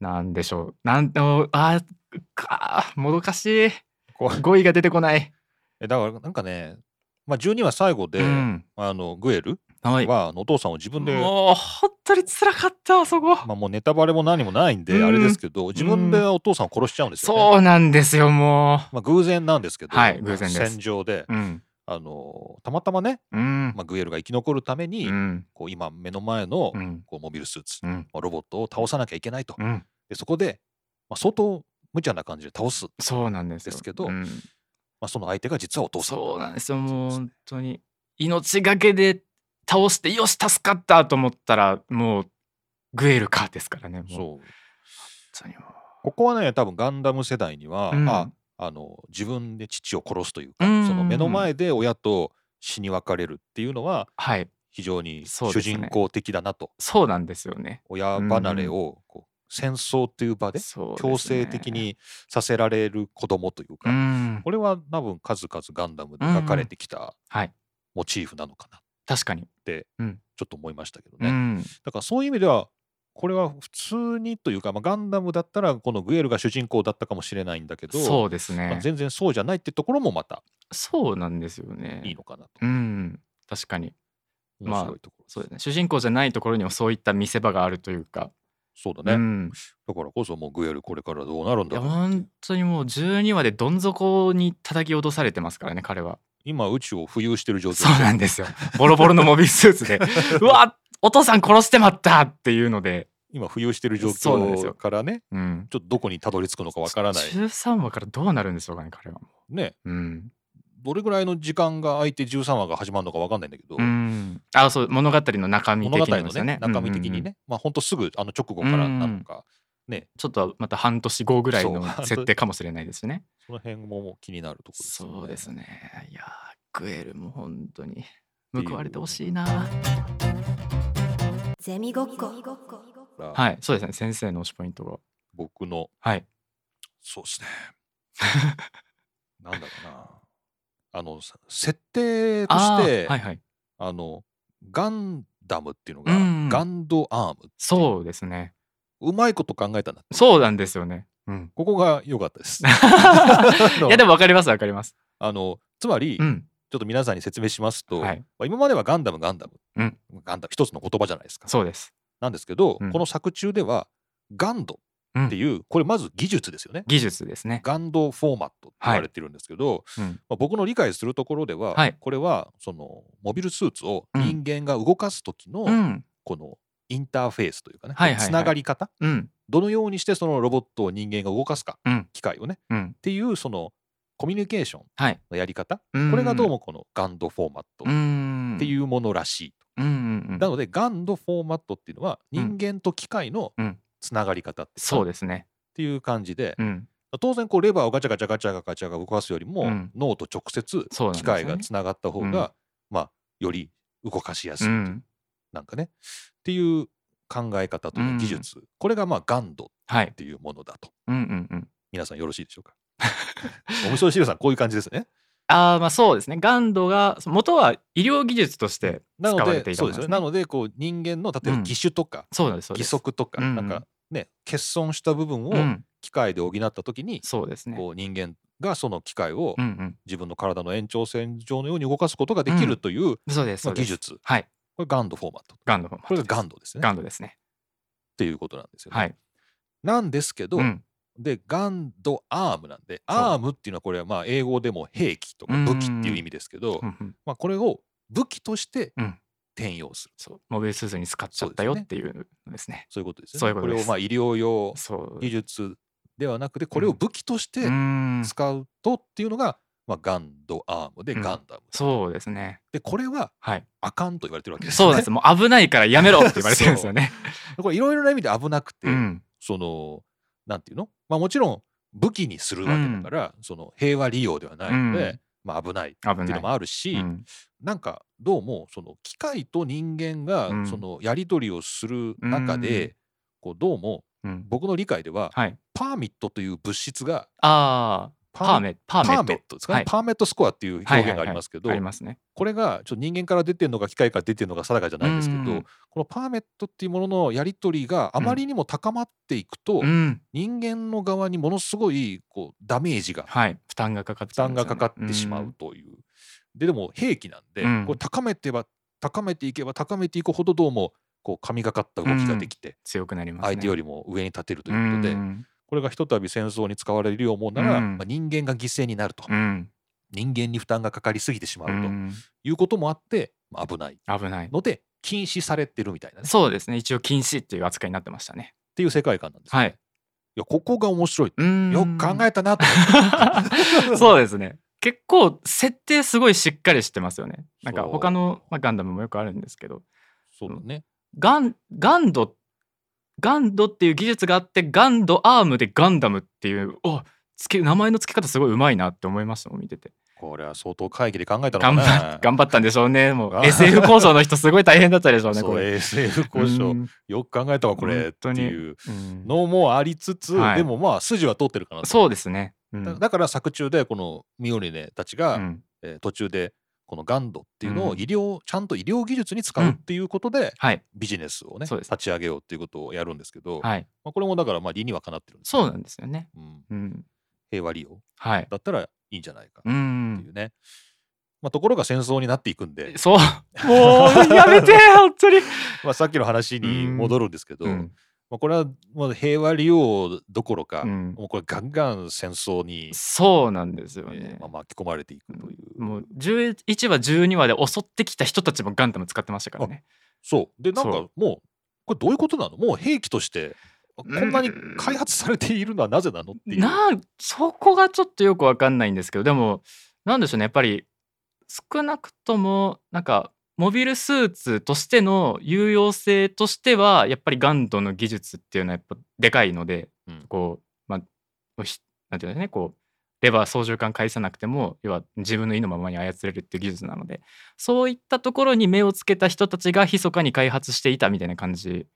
S2: なんでしょう。なんおあーかーもどかしい。
S1: 怖い
S2: 語彙が出てこない。
S1: えだからなんかね、まあ、12話最後で、
S2: うん、
S1: あのグエル
S2: はい。
S1: はあのお父さんを自分で、
S2: もう、本当に辛かった、あそこ。
S1: まあ、もうネタバレも何もないんで
S2: うん
S1: あれですけど自分でお父さんを殺しちゃうんですよ、ね
S2: そうなんですよ、も
S1: まあ、偶然なんですけど、
S2: はい偶然です
S1: 戦場で、
S2: う。うん。
S1: あのたまたまね、
S2: うん。
S1: まあ、グエルが生き残るために、
S2: うん。
S1: こう今目の前の
S2: うん。
S1: こうモビルスーツ、
S2: うん。
S1: まあロボットを倒さなきゃいけないと、
S2: うん。
S1: でそこで、まあ、相当無茶な感じで倒す、ま
S2: そうなんですよ。
S1: ですけど
S2: うん
S1: あ、その相手が実はお父さん
S2: そうなんですよ、もう
S1: そうで
S2: 本当に。命がけで倒して、よし、助かったと思ったら、もう、グエルかですからね、もう。
S1: す
S2: 本
S1: そう
S2: 当にも
S1: ここはね多分ガンダム世代には、
S2: うん
S1: ああの自分で父を殺すというか、
S2: うん
S1: その目の前で親と死に別れるっていうのは
S2: はい。
S1: 非常に
S2: そう
S1: 主
S2: ですね
S1: 人公的だなと、
S2: そうなんですよね。
S1: 親離れをこう戦争という場で
S2: そうですね
S1: 強制的にさせられる子供という
S2: う
S1: か、
S2: ん
S1: これは多分数々ガンダムで描かれてきた
S2: はい
S1: モチーフなのかな
S2: 確かに、
S1: ちょっと思いましたけど
S2: う
S1: ね。
S2: ん、
S1: だからそういう意味ではこれは普通にというか、まあ、ガンダムだったらこのグエルが主人公だったかもしれないんだけど
S2: そうです
S1: まあ
S2: ね
S1: 全然そうじゃないってところもまた
S2: そうなんですよね
S1: いいのかなと、
S2: うん確かにうん
S1: 面白いところ、
S2: そうですね主人公じゃないところにもそういった見せ場があるというか、
S1: そうだね、
S2: うん、
S1: だからこそもうグエルこれからどうなるん
S2: い
S1: だ
S2: や
S1: ろう
S2: 本当にもう12話でどん底に叩き落とされてますからね彼は
S1: 今宇宙を浮遊してる状況
S2: そうなんで すよボロボロのモビルスーツでうわお父さん殺してまったっていうので、
S1: 今浮遊してる状
S2: そうなんです
S1: 況
S2: よ
S1: からね
S2: うん、
S1: ちょっとどこにたどり着くのかわからない
S2: 13話からどうなるんでしょうかね彼は、
S1: ね
S2: うん
S1: どれぐらいの時間が空いて13話が始まるのかわかんないんだけど、
S2: うん、あそう物語の中身
S1: 物
S2: 的
S1: 語
S2: にも
S1: の
S2: ですよ
S1: ね
S2: ね
S1: 中身的にね、
S2: うんうんうん
S1: まあほんとすぐあの直後からなのか、
S2: ちょっとまた半年後ぐらいの
S1: そう
S2: 設定かもしれないですね。
S1: その辺も気になるところですよね。
S2: そうです
S1: ね
S2: ね。いやー、グエルも本当に
S1: ていう
S2: 報われてほしいな。
S3: ゼミごっこ
S2: はい、そうですね。先生の推しポイントが。
S1: 僕の
S2: はい。
S1: そうですねなんだろうなあのさ設定と
S2: あ
S1: し
S2: ー
S1: て
S2: はいはい。
S1: あのガンダムっていうのが、
S2: うん
S1: ガンドアーム
S2: そうですね
S1: うまいこと考えたんだ
S2: そうなんですよね うん
S1: ここが良かったです
S2: いやでも分かります分かります
S1: あのつまり、
S2: うん
S1: ちょっと皆さんに説明しますと、
S2: はい
S1: まあ今まではガンダムガンダム、
S2: うん
S1: ガンダム一つの言葉じゃないですか
S2: そうです
S1: なんですけど、
S2: うん
S1: この作中ではガンドっていう、これまず技術ですよね
S2: 技術ですね
S1: ガンドフォーマットって言われてるんですけど、
S2: うん
S1: まあ、僕の理解するところでは、
S2: はい
S1: これはそのモビルスーツを
S2: うん
S1: 人間が動かす時
S2: う
S1: の
S2: ん
S1: このインターフェースというかね、
S2: はいはいはい
S1: つながり方
S2: うん
S1: どのようにしてそのロボットを人間が動かすか、
S2: うん
S1: 機械をねっ
S2: うん
S1: ていうそのコミュニケーション
S2: はい
S1: のやり方、
S2: こ
S1: これがどうもこのガンドフォーマットっ
S2: っ
S1: て
S2: う
S1: い
S2: ん
S1: うものらしい、
S2: うんうんうん
S1: なのでガンドフォーマットっていうのは人間と機械の
S2: うん
S1: つながり方っていうか
S2: そうですね
S1: っていう感じで、
S2: うん
S1: 当然こうレバーをガチャガチャガチャガチャが動かすよりも、
S2: うん
S1: 脳と直接
S2: そうなんです
S1: 機
S2: よね
S1: 械がつながった方が、
S2: うん
S1: まあより動かしやす
S2: う
S1: い、
S2: ん
S1: なんかねっていう考え方と
S2: う
S1: か
S2: ん
S1: 技術、これがまあガンドっ
S2: はい
S1: ていうものだと
S2: うんうんうん
S1: 皆さんよろしいでしょうか お味噌汁さんこういう感じですね
S2: ああまあそうですねガンドがそ元は医療技術として
S1: な
S2: 使
S1: の
S2: われて
S1: で
S2: いた
S1: そ
S2: も
S1: うで
S2: の
S1: す
S2: なん
S1: よ
S2: ですね
S1: なのでこう人間の例えば
S2: うん
S1: 義手とか
S2: そうなんですそうで
S1: 義
S2: す
S1: 足とか、
S2: うんうん
S1: なんかね欠損した部分を
S2: うん
S1: 機械で補った時に、
S2: そうですね
S1: こう人間がその機械を
S2: うんうん
S1: 自分の体の延長線上のように動かすことができるという、
S2: そうです
S1: ま
S2: そ
S1: あ
S2: うで
S1: 技
S2: す
S1: 術
S2: はい
S1: これガンドフォーマット
S2: ガンドの
S1: これがガンドですね
S2: ガンドですね
S1: っていうことなんですよね。
S2: はい
S1: なんですけど、
S2: うん
S1: でガンドアームなんで
S2: そう
S1: アームっていうのはこれはまあ英語でも兵器とか
S2: うん
S1: 武器っていう意味ですけど、
S2: うんうん
S1: まあ、これを武器として
S2: うん
S1: 転用する
S2: そうモビルスーツに使っちゃったよっていうのですね
S1: そういうことです
S2: そうい
S1: ね。
S2: うこ
S1: ことれ
S2: です
S1: をまあ医療用
S2: そう
S1: 技術ではなくてこれを武器として
S2: うん
S1: 使うとっていうのが、まあ、ガンドアームで
S2: うん
S1: ガンダム、
S2: そうですね
S1: でこれは
S2: はい
S1: あかんと言われてるわけです
S2: そう
S1: よ
S2: なん
S1: ね
S2: です。もう危ないからやめろって言われてるんです よね
S1: これいろいろな意味で危なくて、
S2: うん
S1: そのなんていうの、まあ、もちろん武器にするわけだから、その平和利用ではないので、
S2: うん
S1: まあ、危ないっ
S2: 危
S1: ていう
S2: な
S1: の
S2: い
S1: もあるし、
S2: うん
S1: なんかどうもその機械と人間が
S2: うん
S1: そのやり取りをする中で、
S2: う
S1: こうどうも
S2: うん
S1: 僕の理解では、
S2: はい
S1: パーミットという物質が
S2: ああパーメパ
S1: パ
S2: ーメ
S1: ー
S2: ッ
S1: メ
S2: ト
S1: ットですかね、
S2: はい
S1: パーメットスコアっていう表現がありますけど、
S2: はいはいはいありますね
S1: これがちょっと人間から出てるのか機械から出てるのか定かじゃないですけど、
S2: うん
S1: このパーメットっていうもののやり取りがあまりにも高まっていくと、
S2: うん
S1: 人間の側にものすごいこうダメージが
S2: はい負担がかかっ
S1: 負
S2: てしまう
S1: 担が
S2: んですよね
S1: かかってしまうという。ででも兵器なんで、
S2: うん
S1: これ高めてば高めていけば高めていくほどどうもこう神がかった動きができて、
S2: 強くなりますね
S1: 相手よ
S2: り
S1: りも上に立てるということで、
S2: うん
S1: これがひとたび戦争に使われるようもなら、
S2: うん
S1: まあ、人間が犠牲になると、
S2: うん
S1: 人間に負担がかかりすぎてしまう
S2: う
S1: と
S2: ん
S1: いうこともあって、まあ危ない
S2: 危ない
S1: ので禁止されてるみたいなね、っ
S2: そうですね一応禁止っていう扱いになってましたね
S1: ていう世界観なんですよ、
S2: はい
S1: いやここが面白いよ
S2: よ
S1: く考えたなと思って
S2: そうですね結構設定すごいしっかりしてますよねなんか
S1: そう
S2: 他の、まあ、ガンダムもよくあるんですけど
S1: そうだね
S2: ガンガンドガンドっていう技術があってガンドアームでガンダムっていうおつけ名前の付け方すごいうまいなって思いましたもん見てて
S1: これは相当会議で考えたのか
S2: 頑
S1: な
S2: 張っ頑張ったんでしょうねも
S1: あ
S2: う SF 構想の人すごい大変だったでしょうね
S1: そ
S2: こ
S1: う
S2: れ
S1: SF 交
S2: う
S1: 渉
S2: ん
S1: よく考えたわこれ
S2: 本
S1: って
S2: 当に
S1: いう
S2: うん
S1: のもありつつ、
S2: はい
S1: でもまあ筋は通ってるかなと
S2: そうですねうん
S1: だだから作中でこのミオリネたちが、
S2: うん
S1: えー途中でこのガンドっていうのを
S2: うん
S1: 医療、ちゃんと医療技術に使うっていうことで
S2: はい
S1: ビジネスをね、
S2: そうです
S1: 立ち上げようっていうことをやるんですけど、
S2: はい
S1: まあ、これもだからまあ理にはかなってるんですね
S2: そうなんですよね
S1: うん
S2: うん
S1: 平和利用
S2: はい
S1: だったらいいんじゃないか
S2: う
S1: ってい
S2: ん
S1: うね、まあ、ところが戦争になっていくんで、
S2: そうもうやめて本当に
S1: まあ、さっきの話に戻るんですけど、
S2: うん
S1: まあ、これはもう平和利用どころか、
S2: うん
S1: もうこれガンガン戦争に、
S2: そうなんですよ
S1: え
S2: ね
S1: ーまあ、巻き込まれていくという。
S2: もう11話12話で襲ってきた人たちもガンダム使ってましたからね
S1: そうでなん
S2: そ
S1: かもうこれどういうことなのもう兵器としてこんなに開発されているのはなぜなのっていう。
S2: なそこがちょっとよくわかんないんですけどでもなんでしょうねやっぱり少なくともなんかモビルスーツとしての有用性としてはやっぱりガンドの技術っていうのはやっぱでかいので、
S1: うん
S2: こうまあひなんていうんですかねこうレバー操縦桿返さなくても要は自分の意のままに操れるっていう技術なのでそういったところに目をつけた人たちが密かに開発していたみたいな感じ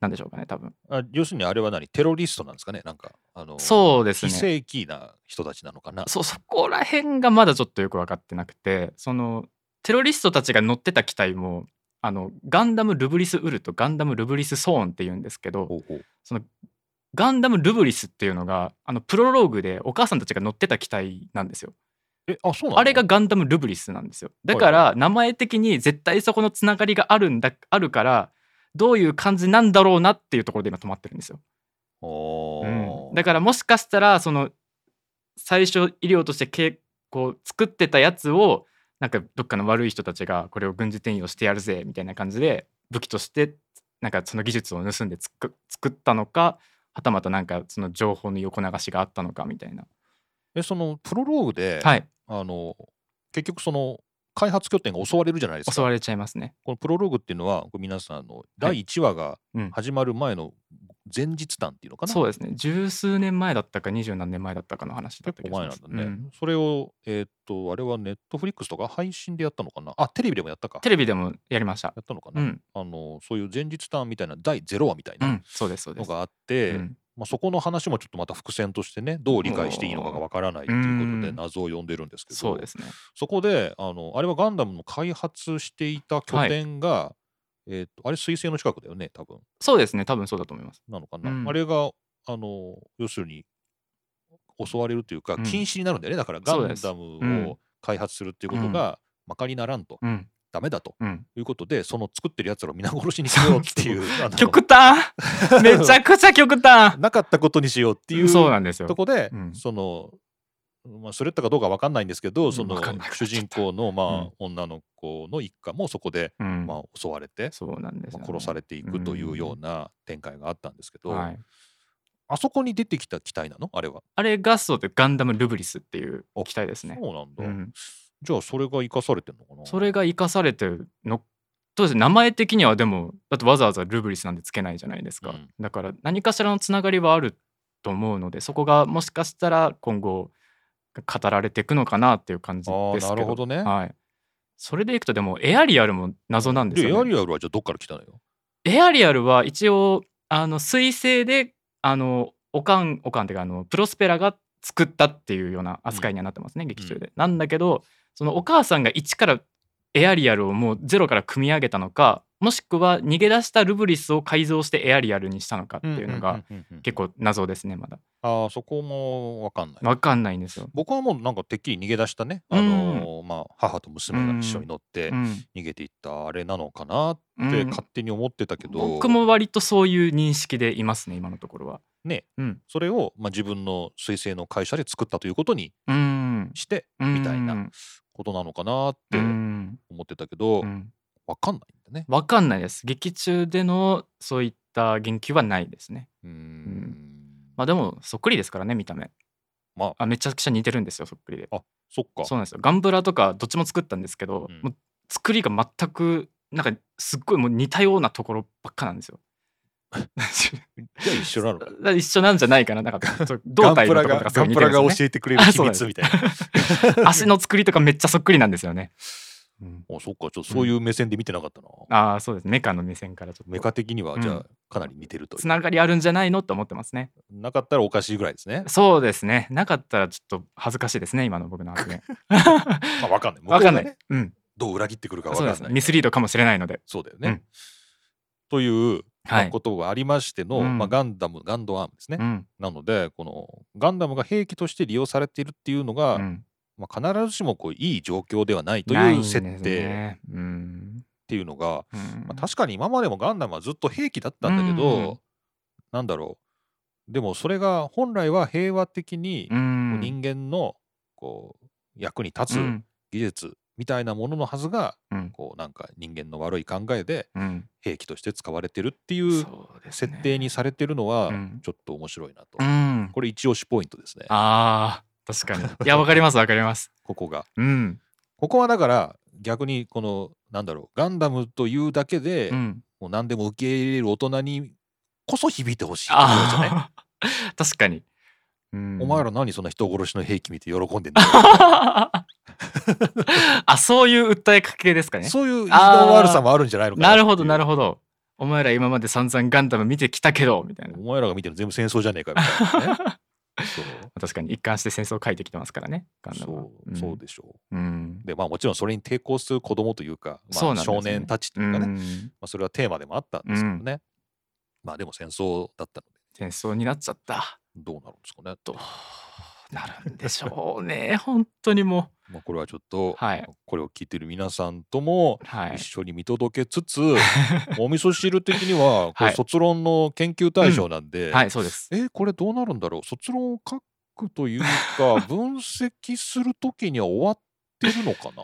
S2: なんでしょうかね多分
S1: あ要するにあれは何テロリストなんですかねなんかあの
S2: そうですね
S1: 非正規な人たちなのかな。
S2: そうそこら辺がまだちょっとよく分かってなくてそのテロリストたちが乗ってた機体もあのガンダム・ルブリス・ウルとガンダム・ルブリス・ソーンっていうんですけど
S1: ほうほう
S2: ガンダム・ルブリスっていうのがあのプロローグでお母さんたちが乗ってた機体なんですよ。
S1: えあそうなの
S2: あれがガンダムルブリスなんですよだから名前的に絶対そこのつながりがあるんだあるからどういう感じなんだろうなっていうところで今止まってるんですよ、
S1: お
S2: う
S1: ー
S2: んだからもしかしたらその最初医療としてけこう作ってたやつをなんかどっかの悪い人たちがこれを軍事転用してやるぜみたいな感じで武器としてなんかその技術を盗んでつく作ったのかはたまたなんかその情報の横流しがあったのかみたいな、
S1: えそのプロローグで、
S2: はい
S1: あの結局その開発拠点が襲われるじゃないです
S2: 襲
S1: か
S2: われちゃいますね
S1: このプロローグっていうのはこれ皆さんあの第1話が
S2: うん
S1: 始まる前の前日談っていうのかな、
S2: そうですね十数年前だったか二十何年前だったかの話だっ
S1: 結
S2: たけ
S1: 構
S2: ど
S1: 前なんだね、それをえーっとあれはネットフリックスとか配信でやったのかなあテレビでもやったか
S2: テレビでもやりました
S1: やったのか
S2: う
S1: な、
S2: ん
S1: あのそういう前日談みたいな第0話みたいうなん
S2: そうですそうで
S1: の
S2: す
S1: があって、
S2: うん
S1: まあ、そこの話もちょっとまた伏線としてねどう理解していいのかがわからないということで
S2: うん
S1: 謎を呼んでるんですけど
S2: そうですね
S1: そこであのあれはガンダムの開発していた拠点が、えーっとあれ彗星の近くだよね多分
S2: そうですね多分そうだと思います
S1: なのかな、
S2: うん
S1: あれがあの要するに襲われるというか
S2: うん
S1: 禁止になるんだよね、だからガ
S2: そう
S1: ン
S2: です
S1: ダ
S2: う
S1: ム
S2: ん
S1: を開発するっていうことがまかりならんと、
S2: うん
S1: ダメだと
S2: うん
S1: いうことでその作ってるやつらを皆殺しにしようっていうあの
S2: 極 端めちゃくちゃ極端っ
S1: なかったことにしようっていう
S2: そうなんですよ
S1: とこで、
S2: うん
S1: その、まあ、それったかどうか分かんないんですけど、
S2: ん
S1: その
S2: わかんなくなっちゃ
S1: 主
S2: った
S1: 人公の、まあ女の子の一家もそこで、
S2: うん
S1: まあ、襲われて、
S2: そうなんですよ
S1: ま
S2: ね
S1: あ殺されていくというような展開があったんですけど、
S2: はい
S1: あそこに出てきた機体なのあれは。
S2: あれガストってガンダムルブリスっていう機体ですね
S1: そうなんだ、
S2: うん
S1: じゃあそれが生かされてるのかな
S2: それが生かされてるのそうですね名前的にはでもだってわざわざルブリスなんてつけないじゃないですか、
S1: うん
S2: だから何かしらのつながりはあると思うのでそこがもしかしたら今後語られていくのかなっていう感じ
S1: ああ
S2: ですけど
S1: なるほどね。
S2: はい、それでいくとでもエアリアルも謎なんです
S1: でエ
S2: よ、
S1: ア
S2: ね、
S1: リアルはじゃあどっから来たのよ
S2: エアリアルは一応あの彗星であのオカンオカンっていうかあのプロスペラが作ったっていうような扱いにはなってますね、劇中で。なんだけどそのお母さんが一からエアリアルをもうゼロから組み上げたのかもしくは逃げ出したルブリスを改造してエアリアルにしたのかっていうのが
S1: うんうんうんうん
S2: 結構謎ですねまだ。
S1: ああそこも分かんない。
S2: わかんないんですよ。
S1: 僕はもうなんかてっきり逃げ出したね、
S2: うん
S1: あのーまあ、母と娘が一緒に乗って
S2: うん
S1: 逃げていったあれなのかなっ
S2: う
S1: って
S2: ん、
S1: 勝手に思ってたけど、
S2: 僕も割とそういう認識でいますね今のところは。
S1: ね
S2: うん
S1: それを、まあ、自分の彗星の会社で作ったということに
S2: うん
S1: して
S2: うん
S1: みたいなことなのかなっ
S2: う
S1: て
S2: ん
S1: 思ってたけど、
S2: う
S1: わ
S2: ん
S1: かんないんだね。
S2: わかんないです劇中でのそういった言及はないですね
S1: うー
S2: うんまあでもそっくりですからね見た目
S1: まあ
S2: あめちゃくちゃ似てるんですよそっくりで
S1: そっか
S2: そうなんですよガンブラとかどっちも作ったんですけど、
S1: うん
S2: もう作りが全くなんかすっごいもう似たようなところばっかなん ですよ
S1: じゃあ一緒な のか
S2: だ一緒なんじゃないかななんかそう胴体のところとかすごい似てるんですよ、ね、
S1: えてくれ
S2: あそうなんです
S1: みたいな。
S2: 足の作りとかめっちゃそっくりなんですよね、うん
S1: おそっかちょっとそういう目線で見てなかったな。
S2: ああそうですメカの目線からちょ
S1: メ
S2: っと
S1: カ的にはじゃ
S2: う
S1: あかなり似てるという
S2: つながりあるんじゃないのって思ってますね
S1: なかったらおかしいぐらいですね。
S2: そうですね。なかったらちょっと恥ずかしいですね、今の僕の発言。
S1: まあ、わかんない。
S2: わかんな
S1: 向こうがね
S2: い。うん。
S1: どう裏切ってくるかわか
S2: そ
S1: ん
S2: う
S1: な
S2: で
S1: い
S2: す。ミスリードかもしれないので。
S1: そうだよね。
S2: うん
S1: というまあ
S2: はい。
S1: ことがありましての、
S2: うん
S1: まあ、ガンダムガンドアームですね、
S2: うん。
S1: なのでこのガンダムが兵器として利用されているっていうのが、
S2: うん
S1: まあ、必ずしもこういい状況ではないと
S2: ないん
S1: う
S2: です
S1: 設定っ
S2: ねうん。
S1: ていうのが、
S2: うん
S1: まあ、確かに今までもガンダムはずっと兵器だったんだけど、
S2: うん
S1: なんだろうでもそれが本来は平和的に
S2: う。
S1: こうん人間のこう役に立つ
S2: うん
S1: 技術みたいなもののはずが、
S2: うん
S1: こうなんか人間の悪い考えで
S2: うん。
S1: 兵器として使われてるっていう
S2: そうですね
S1: 設定にされてるのは
S2: うん
S1: ちょっと面白いなと、
S2: うん。
S1: これ一押しポイントですね
S2: ああ、確かに。 いや、わかります、わかります。
S1: ここが
S2: うん。
S1: ここはだから逆にこのなんだろうガンダムというだけで、
S2: うん。
S1: もう何でも受け入れる大人にこそ響いてほしいってことですよ ね
S2: ああ、 確かに。うん
S1: お前ら何そんな人殺しの兵器見て喜んでんだよ
S2: あ、そういう訴えかけですか ね。
S1: そういう意地の悪さもあるんじゃないのか
S2: なるほどなる
S1: ほ
S2: ほどお前ら今まで散々ガンダム見てきたけどみたいな
S1: お前らが見てるの全部戦争じゃねえかよみたいなねそう
S2: 確かに一貫して戦争を書いてきてますからねガンダムは
S1: そう、
S2: ん
S1: そうでしょ
S2: うん
S1: う。でまあもちろんそれに抵抗する子供というか、
S2: そ
S1: ま
S2: う
S1: あ、
S2: なんですよ
S1: 少
S2: ね
S1: 年たちと
S2: う
S1: いうかね
S2: ん
S1: まあ、それはテーマでもあったんですけどね、まあでも戦争だったので
S2: 戦争になっちゃった
S1: どうなるんですかね
S2: どうなるんでしょ うね本当にも
S1: まあ、これはちょっと、
S2: はい
S1: これを聞いてる皆さんとも
S2: うはい
S1: 一緒に見届けつ つ、お味噌汁的にはこ
S2: は
S1: れ
S2: い
S1: 卒論の研究対象なんで、
S2: はいそうです
S1: えこれどうなるんだろう卒論を書くという か分析する時には終わってるのかな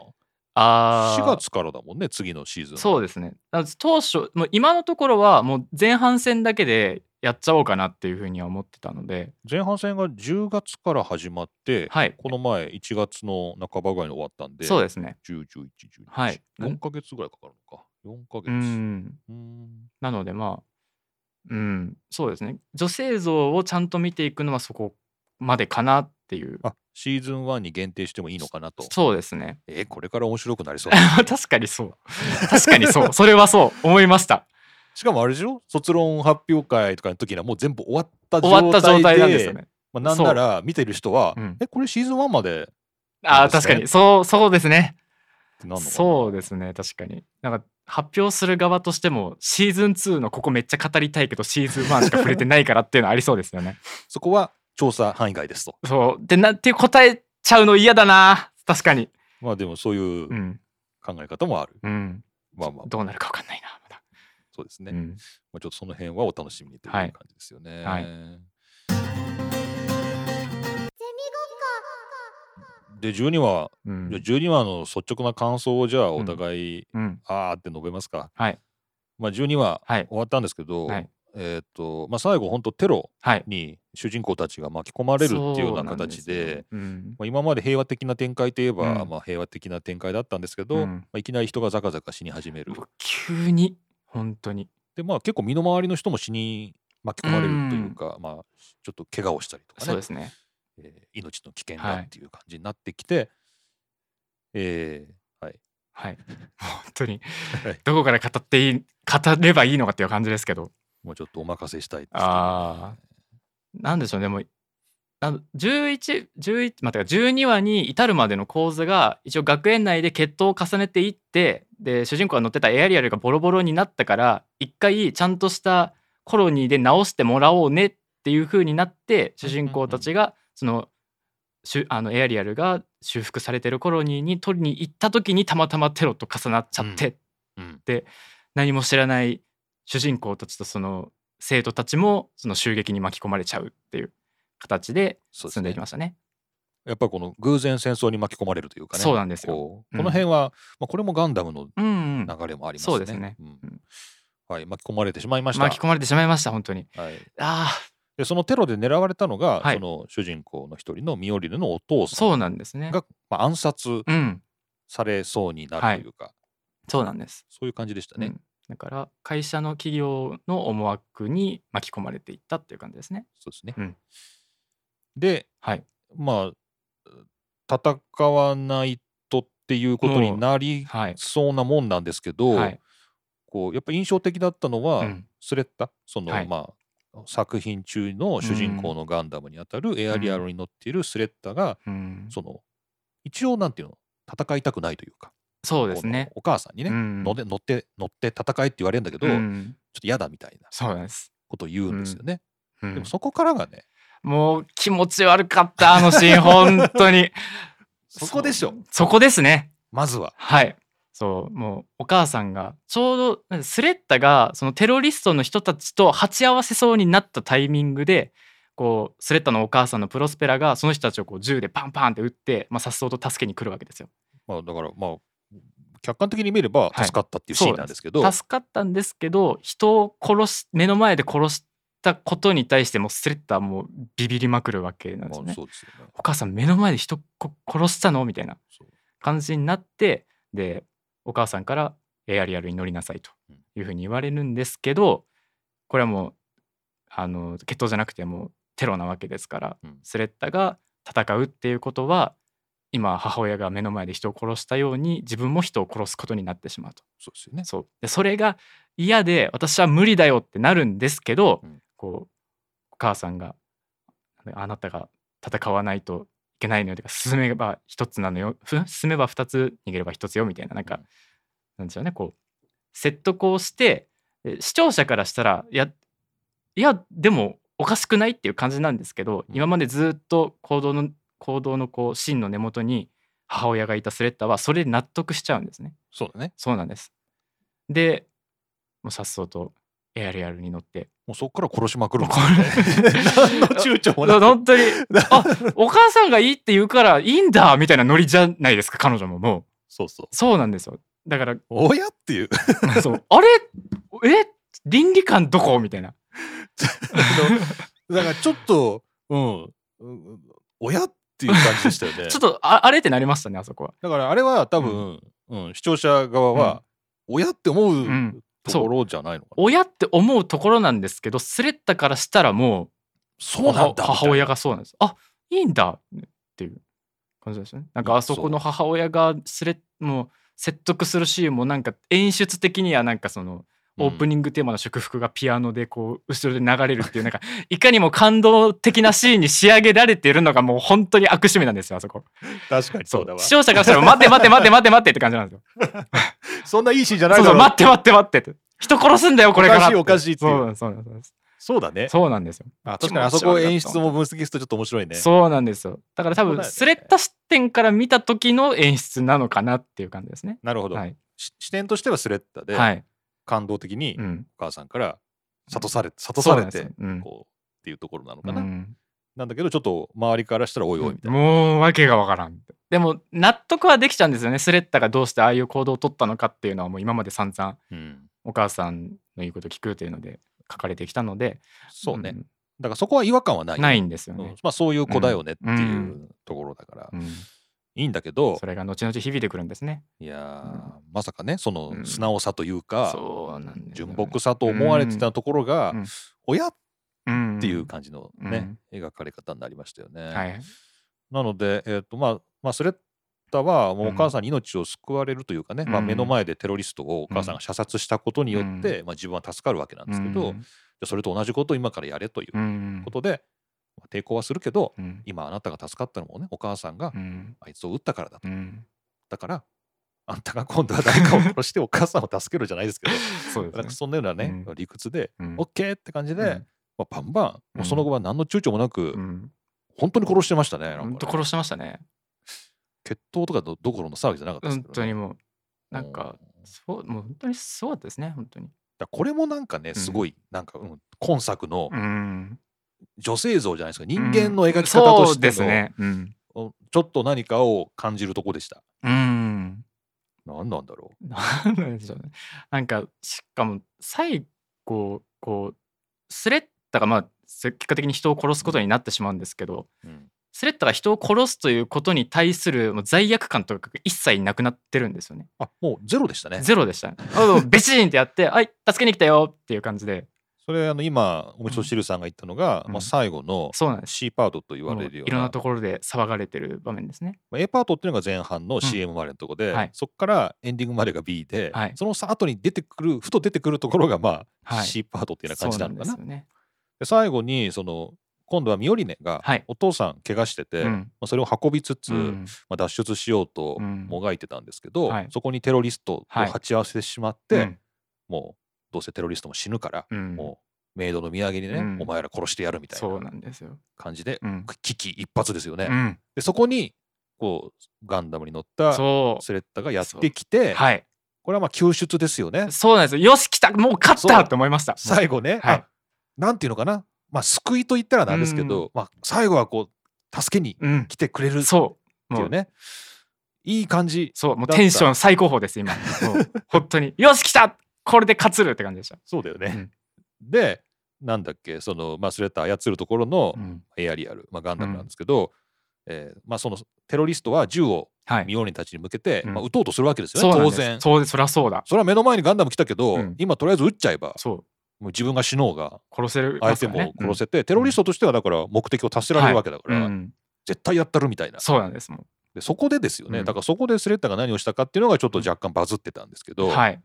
S2: あー
S1: 4月からだもんね次のシーズン
S2: そうですねだから当初もう今のところはもう前半戦だけでやっちゃおうかなっていうふうには思ってたので
S1: 前半戦が10月から始まって、
S2: はい
S1: この前1月の半ばぐらいに終わったんで
S2: そうですね
S1: 10、11、12、
S2: はい
S1: 4ヶ月ぐらいかかるのか。4ヶ
S2: う
S1: 月。
S2: ん
S1: うーん。
S2: なのでまあうんそうですね女性像をちゃんと見ていくのはそこまでかなっていう
S1: あシーズン1に限定してもいいのかなと。
S2: そうですね
S1: えーこれから面白くなりそう。
S2: 確かにそう 確かに そうそれはそう思いました
S1: しかもあれでしょ卒論発表会とかの時にはもう全部終わった
S2: 終わった状
S1: 状態
S2: 態
S1: で。
S2: なんですよね
S1: まあ、なんなら見てる人は、
S2: うん
S1: え、これシーズン1までっ
S2: あ
S1: そ
S2: あ
S1: うです
S2: 確
S1: ね
S2: かにそうそうですね
S1: てなるのかな
S2: そうですね確かになんか発表する側としてもシーズン2のここめっちゃ語りたいけどシーズン1しか触れてないからっていうのありそうですよね
S1: そこは調査範囲外ですと。
S2: そうでなって答えちゃうの嫌だな確かに
S1: まあでもそういう
S2: う
S1: うん考え方もある。
S2: うん
S1: まあまあ、
S2: どうなるか分かんないなまだ、
S1: そうですね。
S2: うん
S1: まあ、ちょっとその辺はお楽しみにという
S2: は
S1: 感
S2: い
S1: じですよね。
S2: はい
S1: で12話、
S2: うん
S1: じゃあ12話の率直な感想をじゃあお互い、
S2: うん
S1: あーって述べますか。
S2: はい
S1: まあ、12話
S2: はい
S1: 終わったんですけど、
S2: はい
S1: えーっとまあ、最後本当テロ
S2: はい
S1: に主人公たちが巻き込まれるっていうような形で。
S2: そうなんですよ
S1: まあ、今まで平和的な展開といえば、
S2: うん
S1: まあ、平和的な展開だったんですけど、
S2: うん
S1: まあ、いきなり人がザカザカ死に始め
S2: う
S1: る
S2: ん、急に本当に
S1: でまあ結構身の回りの人も死に巻き込まれるというか、まあちょっと怪我をしたりとか
S2: そう
S1: ね
S2: で、すね
S1: えー命の危険
S2: は
S1: だ
S2: い
S1: っていう感じになってきて、えーはい
S2: はい本当に
S1: はい
S2: どこから語っていい語ればいいのかっていう感じですけど
S1: もうちょっとお任せしたいっていう
S2: あなんでしょうねもうあの11 11また12話に至るまでの構図が一応学園内で決闘を重ねていってで主人公が乗ってたエアリアルがボロボロになったから一回ちゃんとしたコロニーで直してもらおうねっていう風になって主人公たちがそのしゅあのエアリアルが修復されてるコロニーに取りに行った時にたまたまテロと重なっちゃって、
S1: うん
S2: 何も知らない主人公たちとその生徒たちもその襲撃に巻き込まれちゃうっていう形で
S1: そうで
S2: 進
S1: す
S2: んでい
S1: ね
S2: きましたね。
S1: やっぱりこの偶然戦争に巻き込まれるというかね
S2: そうなんですよ
S1: こう
S2: うん
S1: この辺は、まあ、これもガンダムの
S2: うん、うん、
S1: 流れもありますね、
S2: そうですね
S1: ん
S2: うん
S1: はい、巻き込まれてしまいました
S2: 巻き込まれてしまいました本当に。
S1: はい、
S2: ああ
S1: でそのテロで狙われたのが、
S2: はい
S1: その主人公の一人のミオリルのお父さん
S2: そうなんですね。
S1: が、まあ、暗殺
S2: うん
S1: されそうになるというか、
S2: そうなんです。
S1: そういう感じでしたね。
S2: うんだから会社の企業の思惑に巻き込まれていったっていう感じですね。
S1: そうですね、
S2: うん
S1: で
S2: はい。
S1: まあ戦わないとっていうことになり
S2: はい。
S1: そうなもんなんですけど、
S2: はい。
S1: こうやっぱ印象的だったのは、
S2: うん
S1: スレッタその、
S2: はい
S1: まあ作品中の主人公のガンダムにあたるエアリアルに乗っているスレッタが、
S2: うん
S1: その一応なんていうの戦いたくないというか
S2: そうですね
S1: こ。のお母さんにね、
S2: うん
S1: 乗って乗って乗って戦いって言われるんだけど、
S2: う
S1: ちょっ
S2: ん
S1: と嫌だみたいな
S2: そうなんです。
S1: ことを言うんですよね。
S2: うん
S1: でもそこからがね
S2: もう気持ち悪かったあのシー ン本当に。
S1: そこでしょ
S2: そこですね。
S1: まずは。
S2: はいそうもうお母さんがちょうどなんかスレッタがそのテロリストの人たちと鉢合わせそうになったタイミングでこうスレッタのお母さんのプロスペラがその人たちをこう銃でパンパンって撃って、まあ、さっそうと助けに来るわけですよ。
S1: まあ、だからまあ客観的に見れば
S2: はい
S1: 助かったっていうシーンなんですけど、
S2: 助かったんですけど人を殺し目の前で殺したことに対してもうスレッタはもうビビりまくるわけなんですよ
S1: まあ
S2: ね。
S1: そうですよね。
S2: お母さん目の前で人こ殺したのみたいな
S1: そう
S2: 感じになってでお母さんからエアリアルに乗りなさいと
S1: うん
S2: いうふうに言われるんですけどこれはもうあの決闘じゃなくてもうテロなわけですから
S1: うん
S2: スレッタが戦うっていうことは今母親が目の前で人を殺したように自分も人を殺すことになってしまうと
S1: そうですよね。
S2: そうでそれが嫌で私は無理だよってなるんですけど、
S1: うん
S2: こうお母さんがあなたが戦わないといけないのよとか進めば一つなのよふ進めば二つ逃げれば一つよみたいななんかなんでしょうねこう説得をしてえ視聴者からしたらいやいやでもおかしくないっていう感じなんですけど、
S1: うん
S2: 今までずっと行動の行動のこう真の根元に母親がいたスレッタはそれで納得しちゃうんですね。
S1: そうだね
S2: そうなんです。で、もうさっそうと ARR に乗って。
S1: もうそこから殺しまくるんだ
S2: こ
S1: よね 何の躊躇も
S2: れ
S1: なく
S2: 本当に、あお母さんがいいって言うからいいんだみたいなノリじゃないですか、彼女もも
S1: そうそう
S2: う。そうなんですよ。だから、
S1: 親っていう
S2: そうあれえ倫理観どこみたいな。
S1: だからちょっとうんうん親っていう感じでしたよね
S2: ちょっとああれってなりましたね、あそこは。
S1: だからあれは多分、うん視聴者側は、親って思う
S2: うん
S1: ところじゃないのかな、
S2: 親って思うところなんですけど、スレッタからしたらもう、
S1: そうなんだ
S2: 母母親
S1: が
S2: がそうなんですあいいんだっていう感じですよねなんかあそこの母親がすれもう説得するシーンもなんか演出的にはなんかそのオープニングテーマの祝福がピアノでこう後ろで流れるっていうなんかいかにも感動的なシーンに仕上げられているのがもう本当に悪趣味なんですよあそこ
S1: 確かにそうだ
S2: そう
S1: わ
S2: 視聴者からしたら「待て待て待て待て待て」って感じなんですよ
S1: そんないいシーンじゃない
S2: そう
S1: だ
S2: そ
S1: ろ
S2: う待って待って待ってって人殺すんだよこれからって
S1: おかしいおかしいっていう
S2: そうなんですそうなんです
S1: そうだね
S2: そうなんですよ
S1: あ確かにあそこ演出も分析するとちょっと面白いね
S2: そうなんですよだから多
S1: そう
S2: 分
S1: だよね
S2: スレッタ視点から見た時の演出なのかなっていう感じですね
S1: なるほど、
S2: はい、
S1: し視点としてはスレッタで、
S2: はい
S1: 感動的に
S2: うん、
S1: お母さんから諭されて諭
S2: そう
S1: さ
S2: な
S1: れ
S2: んですよ
S1: て
S2: うん
S1: こうっていうところなのかな、
S2: うん
S1: なんだけどちょっと周りからしたらおいおいみたいな、
S2: もう訳がわからんでも納得はできちゃうんですよねスレッタがどうしてああいう行動を取ったのかっていうのはもう今まで散々
S1: うん
S2: お母さんの言うこと聞くというので書かれてきたので
S1: そうね、だからそこは違和感はないよ
S2: ないんですよ
S1: うん
S2: ね、
S1: まあ、そういう子だよねって
S2: う
S1: いうんところだから、
S2: うん
S1: いいんだけど
S2: それが後々響いてくるんですね
S1: いやーまさかねその
S2: うん
S1: 素直さというか、
S2: そうなんですよ
S1: 純朴さと思われてたところが、
S2: うんうん
S1: 親っ
S2: うん
S1: ていう感じのね、描かれ方になりましたよね。
S2: はい
S1: なので、えーとまあまあ、スレッタはもうお母さんに命を救われるというかね、
S2: うん
S1: まあ、目の前でテロリストをお母さんが射殺したことによって、まあ、自分は助かるわけなんですけど、
S2: うん
S1: でそれと同じことを今からやれといううんことで、まあ抵抗はするけど
S2: うん
S1: 今あなたが助かったのもねお母さんが
S2: うん
S1: あいつを撃ったからだと、
S2: うん
S1: だからあんたが今度は誰かを殺してお母さんを助けるじゃないですけど
S2: そう
S1: なん
S2: で
S1: か
S2: す
S1: そんなようなね、
S2: うん
S1: 理屈で、
S2: ね。
S1: オッケーって感じで、
S2: うん
S1: まあ、バンバンもうその後は何の躊躇もなく、
S2: うん
S1: 本当に殺してましたねなんかね
S2: 本当殺してましたね。
S1: 決闘とかどどころの騒ぎじゃなかったです
S2: 本
S1: けど
S2: 当
S1: ね、
S2: にもうなんかそうもう本当にすごかったですね本当に。
S1: だこれもなんかね
S2: ん
S1: すごい、なんか、うん、今作の
S2: うん。
S1: 女性像じゃないですか人間の描き方と
S2: そ
S1: し
S2: う
S1: て
S2: です
S1: の、
S2: ね。うん。
S1: おちょっと何かを感じるとこでした
S2: うん。
S1: 何なんだろ
S2: なんなんでしょうね。なんかしかも最後こうスレッタがまあ結果的に人を殺すことになってしまうんですけど。
S1: う、うん
S2: スレッタが人を殺すということに対するもう罪悪感とかが一切なくなってるんですよね。
S1: あもうゼロでしたね
S2: ゼロでした。あのベチーンってやって、はい、助けに来たよっていう感じで、
S1: それあの今おみそ汁さんが言ったのが、
S2: うん
S1: まあ、最後の
S2: そうなんです。
S1: C パートと言われる
S2: も
S1: よう
S2: うい
S1: な
S2: ろんなところで騒がれてる場面ですね。
S1: まあ A パートっていうのが前半の CM までのとこで、
S2: はい
S1: そこからエンディングまでが B で、
S2: はい
S1: そのさ後に出てくるふと出てくるところがまあ
S2: はい
S1: C パートっていうような感じなのかな
S2: そう。んですよね。
S1: で最後にその今度はミオリネが
S2: はい
S1: お父さん怪我してて、
S2: うん
S1: まあ、それを運びつつ、
S2: うん
S1: まあ、脱出しようと
S2: うん
S1: もがいてたんですけど、
S2: はい
S1: そこにテロリストと鉢合わせてしまって、
S2: うん
S1: もうどうせテロリストも死ぬから、
S2: うん
S1: もうメイドの土産にね、
S2: うん
S1: お前ら殺してやるみたい
S2: そう
S1: な
S2: なんですよ。
S1: 感じで、
S2: うん
S1: 危機一髪ですよね。
S2: うん
S1: でそこにこうガンダムに乗った
S2: そう。
S1: スレッタがやってきて、
S2: はい。
S1: これはまあ救出ですよね。
S2: そうなんですよ。よし、来たもう勝っ
S1: そう
S2: たと思いました。
S1: 最後ね、
S2: はい
S1: あなんていうのかな、まあ、救いと言ったらなんですけど、まあ、最後はこう助けに
S2: うん。
S1: 来てくれるって
S2: そう。
S1: い
S2: も
S1: う
S2: う、
S1: ねいい感じ
S2: そう、もう
S1: だった
S2: テンション最高峰です、今。も う本当に。よし、来たこれで勝つるって感じでした。
S1: そうだよね、でなんだっけその、まあ、スレッター操るところの
S2: うん
S1: エアリアル、まあ、ガンダムなんですけど、えーまあ、そのテロリストは銃を
S2: はい。
S1: ミオリネたちに向けて、
S2: うん
S1: まあ、撃とうとするわけですよ
S2: そう
S1: ね
S2: なん
S1: 当
S2: です
S1: 然そ
S2: そうです。そりゃそうだ。
S1: れは目の前にガンダム来たけど、
S2: うん
S1: 今とりあえず撃っちゃえば
S2: そう。
S1: もう自分が死のうが
S2: 殺せる。
S1: 相手も殺せて、テロリストとしてはだから目的を達せられるわけだか
S2: う
S1: ら、
S2: んうん。
S1: 絶対やったるみたいな
S2: そうなんです。も
S1: でそこでですよね、
S2: うん
S1: だからそこでスレッタが何をしたかっていうのがちょっと若干バズってたんですけ
S2: う。
S1: ど、
S2: はい。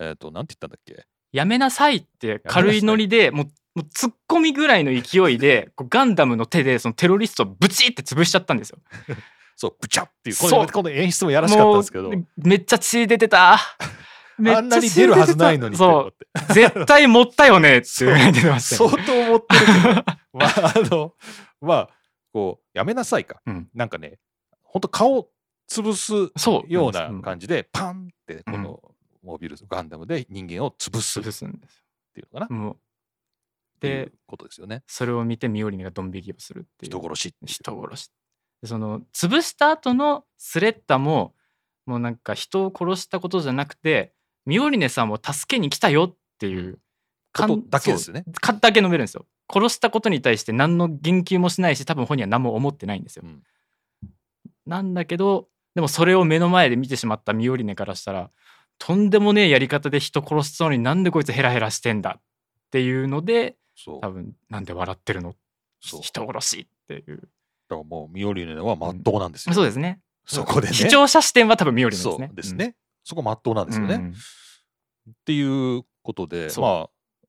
S1: えっ、となんて言ったんだっけ
S2: やめなさいって軽いノリでもうもう突っ込みぐらいの勢 いでこうガンダムの手でそのテロリストをブチって潰しちゃったんですよ。
S1: そうブチャっていう
S2: そう
S1: このこの演出もやらしかったんですけど
S2: もうめっちゃ血出てた。
S1: あんなに出るはずないのにって思
S2: そ
S1: って
S2: う絶対もったよねっていうぐらい出てました
S1: 相
S2: よね、
S1: 当思ってるけど まああのまあこうやめなさいか、
S2: うん
S1: なんかね本当顔潰す
S2: そう
S1: ような感
S2: じ
S1: じでパンってこのモビルスガンダムで人間を潰すっ
S2: 潰すんです
S1: ていうのかな
S2: よ。もう
S1: ってい
S2: で
S1: うことですよね。
S2: それを見てミオリネがドン引きをするっていう
S1: 人殺しっていう
S2: 人殺しでその潰した後のスレッタももうなんか人を殺したことじゃなくてミオリネさんも助けに来たよっていう
S1: こ
S2: かん
S1: とだけですよね。
S2: そうかだけ述べるんですよ殺したことに対して何の言及もしないし多分本人は何も思ってないんですよ、
S1: うん
S2: なんだけどでもそれを目の前で見てしまったミオリネからしたらとんでもねえやり方で人殺しそうになんでこいつヘラヘラしてんだっていうので
S1: そう
S2: 多分なんで笑ってるの
S1: そうだ
S2: 人殺しっていう
S1: からもうミオリネはまっとうなんですよ。
S2: そうですね
S1: そこでね。
S2: 視聴者視点は多分ミオリネです
S1: そ
S2: ね
S1: うですね。そこまっとうなんですよね。
S2: うんう
S1: っ
S2: ん
S1: ていうことで
S2: そう
S1: まあ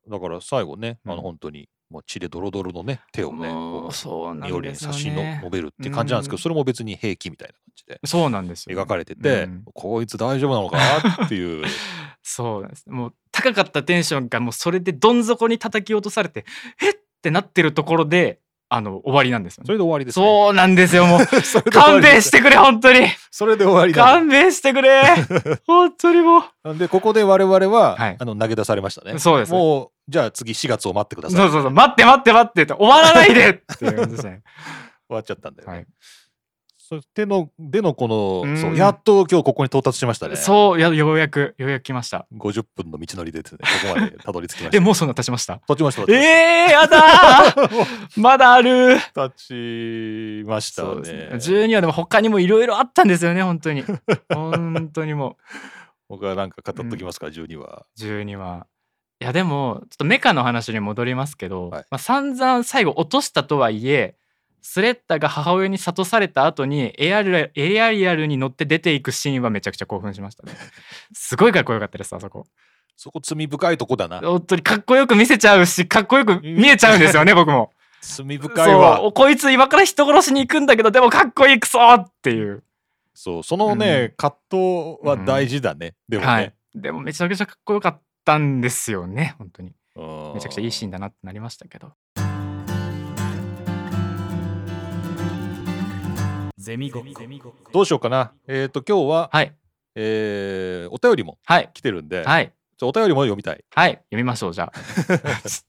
S1: だから最後ね、あ
S2: うん
S1: の本当にもう血でドロドロのね手をね
S2: も
S1: こ
S2: うそう
S1: う
S2: な
S1: ミオ
S2: ん
S1: リネ
S2: で
S1: に
S2: すよ
S1: 写真の
S2: ね
S1: 述べるって感じなんですけど、
S2: うん
S1: それも別に兵器みたいな感じで
S2: そうなんですよ
S1: 描かれてて、
S2: うん
S1: こいつ大丈夫なのかなっていう
S2: そうなんですもう高かったテンションがもうそれでどん底に叩き落とされてえっってなってるところであの終わりなんですよ
S1: そ
S2: ね
S1: れで終わりです、ね。
S2: そうなんですよもう
S1: それで終わ
S2: 勘
S1: りで
S2: 弁
S1: す
S2: してくれ本当に
S1: それで終わりだ。
S2: 勘弁して くれ本当にもう
S1: でここで我々は、
S2: はい
S1: あの投げ出されましたね。
S2: そうです
S1: もうじゃあ次4月を待ってください。
S2: そうそうそう待って待って待ってって終わらないでっていう感じですね
S1: 終わっちゃったんだよね。
S2: はい
S1: そしてのでのこ
S2: う
S1: の
S2: ん
S1: そうやっと今日ここに到達しましたね。
S2: そうやようやくようやく来ました
S1: 50分の道のりでですねここま でたどり着きまし
S2: え
S1: た。
S2: もうそんな経ちました
S1: 立ちました。立ちまし
S2: えー、やだ ーまだある
S1: た立ちました
S2: そうですね
S1: ね。
S2: 12話でも他にもいろいろあったんですよね本当に本当に も
S1: 僕はなんか語っときますか、12は。
S2: う12話いやでもちょっとメカの話に戻りますけど、
S1: はい
S2: まあ、散々最後落としたとはいえスレッタが母親に諭された後にエアリアエアリアルに乗って出ていくシーンはめちゃくちゃ興奮しました ねすごいかっこよかったですあそこ
S1: そこ罪深いとこだな。
S2: 本当にかっこよく見せちゃうしかっこよく見えちゃうんですよね僕も
S1: 罪
S2: そう
S1: 深いわ。
S2: こいつ今から人殺しに行くんだけどでもかっこいいクソっていう
S1: そうそのね、葛藤は大事だね。でもね、
S2: はい、でもめちゃくちゃかっこよかったんですよね本当に
S1: うん
S2: めちゃくちゃいいシーンだなってなりましたけど
S4: ゼミごっこ
S1: どうしようかな。えっ、と今日は、
S2: はい
S1: えーお便りも
S2: はい
S1: 来てるんで、
S2: はい
S1: ちょお便りも読みたい。
S2: はい読みましょうじ ゃあ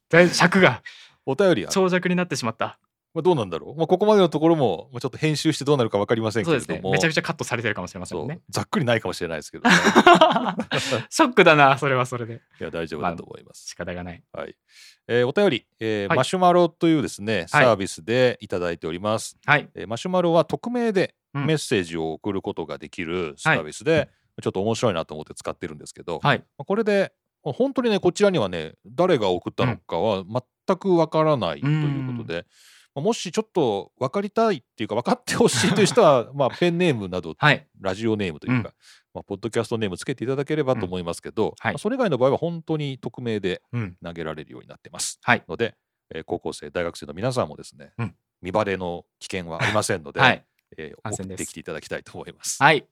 S2: だいぶ尺が
S1: お便りは、
S2: 長尺になってしまった
S1: まあ、どうなんだろう。まあ、ここまでのところも、まあ、ちょっと編集してどうなるかわかりませんけ
S2: そう
S1: れ
S2: です
S1: ど
S2: ね
S1: も、
S2: めちゃくちゃカットされてるかもしれませ
S1: そ
S2: んも
S1: うん
S2: ね
S1: ざっくりないかもしれないですけどね、
S2: ショックだなそれはそれで
S1: いや大丈夫だと思います。
S2: 仕方がない
S1: はい。えーお便り、えー
S2: はい
S1: マシュマロというですねサービスでいただいております。
S2: はい
S1: えーマシュマロは匿名で
S2: うん
S1: メッセージを送ることができるサービスで、ちょっと面白いなと思って使ってるんですけど、
S2: はい
S1: まあこれでまあ本当にねこちらにはね誰が送ったのかは全くわからないということで、まあもしちょっと分かりたいっていうか分かってほしいという人は まあペンネームなど
S2: はい
S1: ラジオネームというか、まあ、ポッドキャストネームつけていただければと思いますけど、
S2: はい
S1: まあそれ以外の場合は本当に匿名で
S2: うん
S1: 投げられるようになってます。
S2: はい
S1: ので、えー高校生大学生の皆さんもですね、
S2: うん
S1: 見バレの危険はありませんので、
S2: はい
S1: えー
S2: 安
S1: 送
S2: 全
S1: っ
S2: です
S1: てきていただきたいと思います。
S2: はい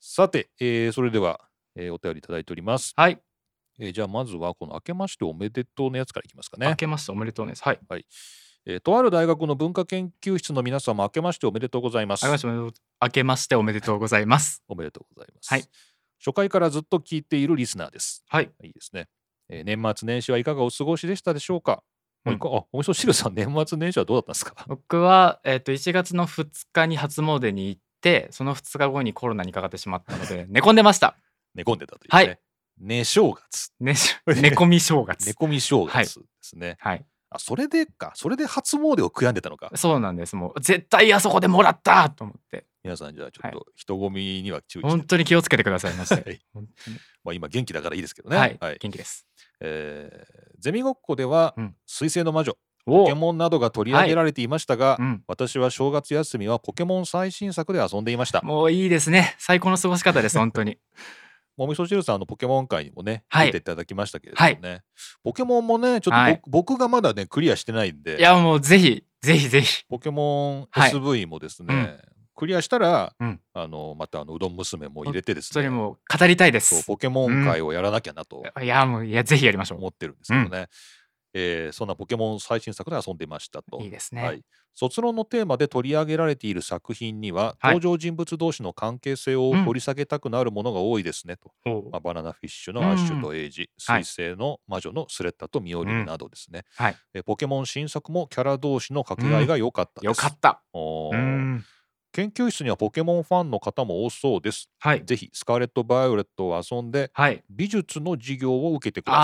S1: さて、えーそれでは、えーお便りいただいております。
S2: はい
S1: えーじゃあまずはこの明けましておめでとうのやつからいきますか
S2: 明
S1: ね。
S2: けましておめでとうですはい
S1: はいえーとある大学の文化研究室の皆様明けましておめでとうございます
S2: 明け。ましておめでとう明けましておめでとうございます
S1: おめでとうございます。
S2: はい
S1: 初回からずっと聞いているリスナーです。
S2: はい
S1: いいですね。えー年末年始はいかがお過ごしでしたでしょうか。
S2: うん
S1: もう一個あ、おみそ汁さん、年末年始はどうだったんですか。
S2: 僕は、えっと1月の2日に初詣に行ってその2日後にコロナにかかってしまったので 寝込んでました
S1: 寝込んでたというね。
S2: はい
S1: 寝正月、
S2: 寝し 寝込み正月
S1: 寝込み正月ですね。
S2: はい
S1: あ、それでか、それで初詣を悔やんでたのか。
S2: そうなんですもう絶対あそこでもらったと思って
S1: 皆さん、じゃあちょっ
S2: は
S1: と人混みには注意して。
S2: 本当に気をつけてくださいまし
S1: はい
S2: て本当に
S1: まあ、今元気だからいいですけどね。
S2: はい、元気です
S1: えーゼミごっこでは、
S2: うん
S1: 水星の魔女、
S2: お
S1: ポケモンなどが取り上げられていましたが、
S2: うん、
S1: 私は正月休みはポケモン最新作で遊んでいました。
S2: もういいですね最高の過ごし方です本当に
S1: お味噌汁さんあのポケモン界にもね、
S2: はい
S1: 出ていただきましたけれどもね、ポケモンもねちょっと僕,、
S2: はい
S1: 僕がまだねクリアしてないんで
S2: いやもうぜひぜひぜひ
S1: ポケモン
S2: はい
S1: SV もですね、
S2: うん
S1: クリアしたら、
S2: うん
S1: あのまたあのうどん娘も入れてですね
S2: それもう語りたいで
S1: そう
S2: す
S1: ポケモン界をやらなきゃなと
S2: いやもういやぜひやりましょ
S1: 思ってるんですけどね、えーそんなポケモン最新作で遊んでましたと
S2: ういいですね、
S1: はい、卒論のテーマで取り上げられている作品には、
S2: はい
S1: 登場人物同士の関係性を
S2: うん
S1: 掘り下げたくなるものが多いですねと、
S2: おう
S1: まあ、バナナフィッシュのアッシュとエイジ、
S2: はい
S1: 彗星の魔女のスレッタとミオリネなどですね、
S2: うんはい
S1: えーポケモン新作もキャラ同士の掛け合いが良かったです、
S2: よかった
S1: お
S2: う
S1: ー
S2: ん
S1: 研究室にはポケモンファンの方も多そうです
S2: はい
S1: ぜひスカーレット・バイオレットを遊んで
S2: はい
S1: 美術の授業を受けてくださ
S2: あ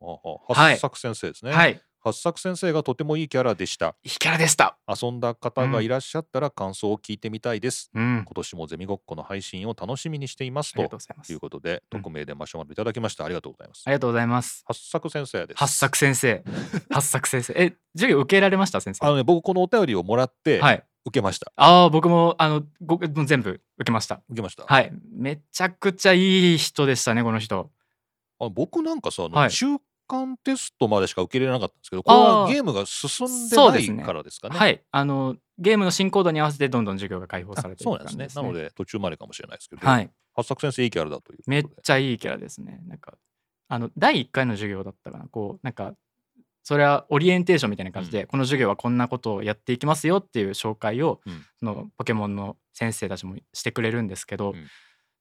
S1: いは
S2: は
S1: はい八作先生です
S2: あ
S1: ね、
S2: はい
S1: 八作先生がとてもいいキャラでした
S2: いいキャラでした
S1: 遊んだ方がいらっしゃったら感想を聞いてみたいです。
S2: うん
S1: 今年もゼミごっこの配信を楽しみにしています
S2: あり
S1: と
S2: がとうございます
S1: いうことで、
S2: うん
S1: 匿名でマシュマロいただきました。ありがとうございます
S2: あ。りがとうございます
S1: 八作先生です。
S2: 八作先生八作先生え授業受けられました先生
S1: あのね、僕このお便りをもらって
S2: はい
S1: 受けました。
S2: ああ僕もあのごもう全部受けました
S1: 受けました。
S2: はいめちゃくちゃいい人でしたねこの人
S1: あ僕なんかさ、あの
S2: はい
S1: 中間テストまでしか受けれなかったんですけど、これは
S2: あー
S1: ゲームが進んで
S2: そう
S1: な
S2: ですね
S1: いからですかね。。
S2: はいいあのゲームの進行度に合わせてどんどん授業が解放されていく
S1: そうなん
S2: 感
S1: で
S2: じ
S1: すね。なので途中までかもしれないですけど、
S2: はい
S1: 八作先生いいキャラだということで。
S2: めっちゃいいキャラですねなんかあの第1回の授業だったかなこうなんかそれはオリエンテーションみたいな感じで、この授業はこんなことをやっていきますよっていう紹介を、
S1: うん
S2: そのポケモンの先生たちもしてくれるんですけど、
S1: うん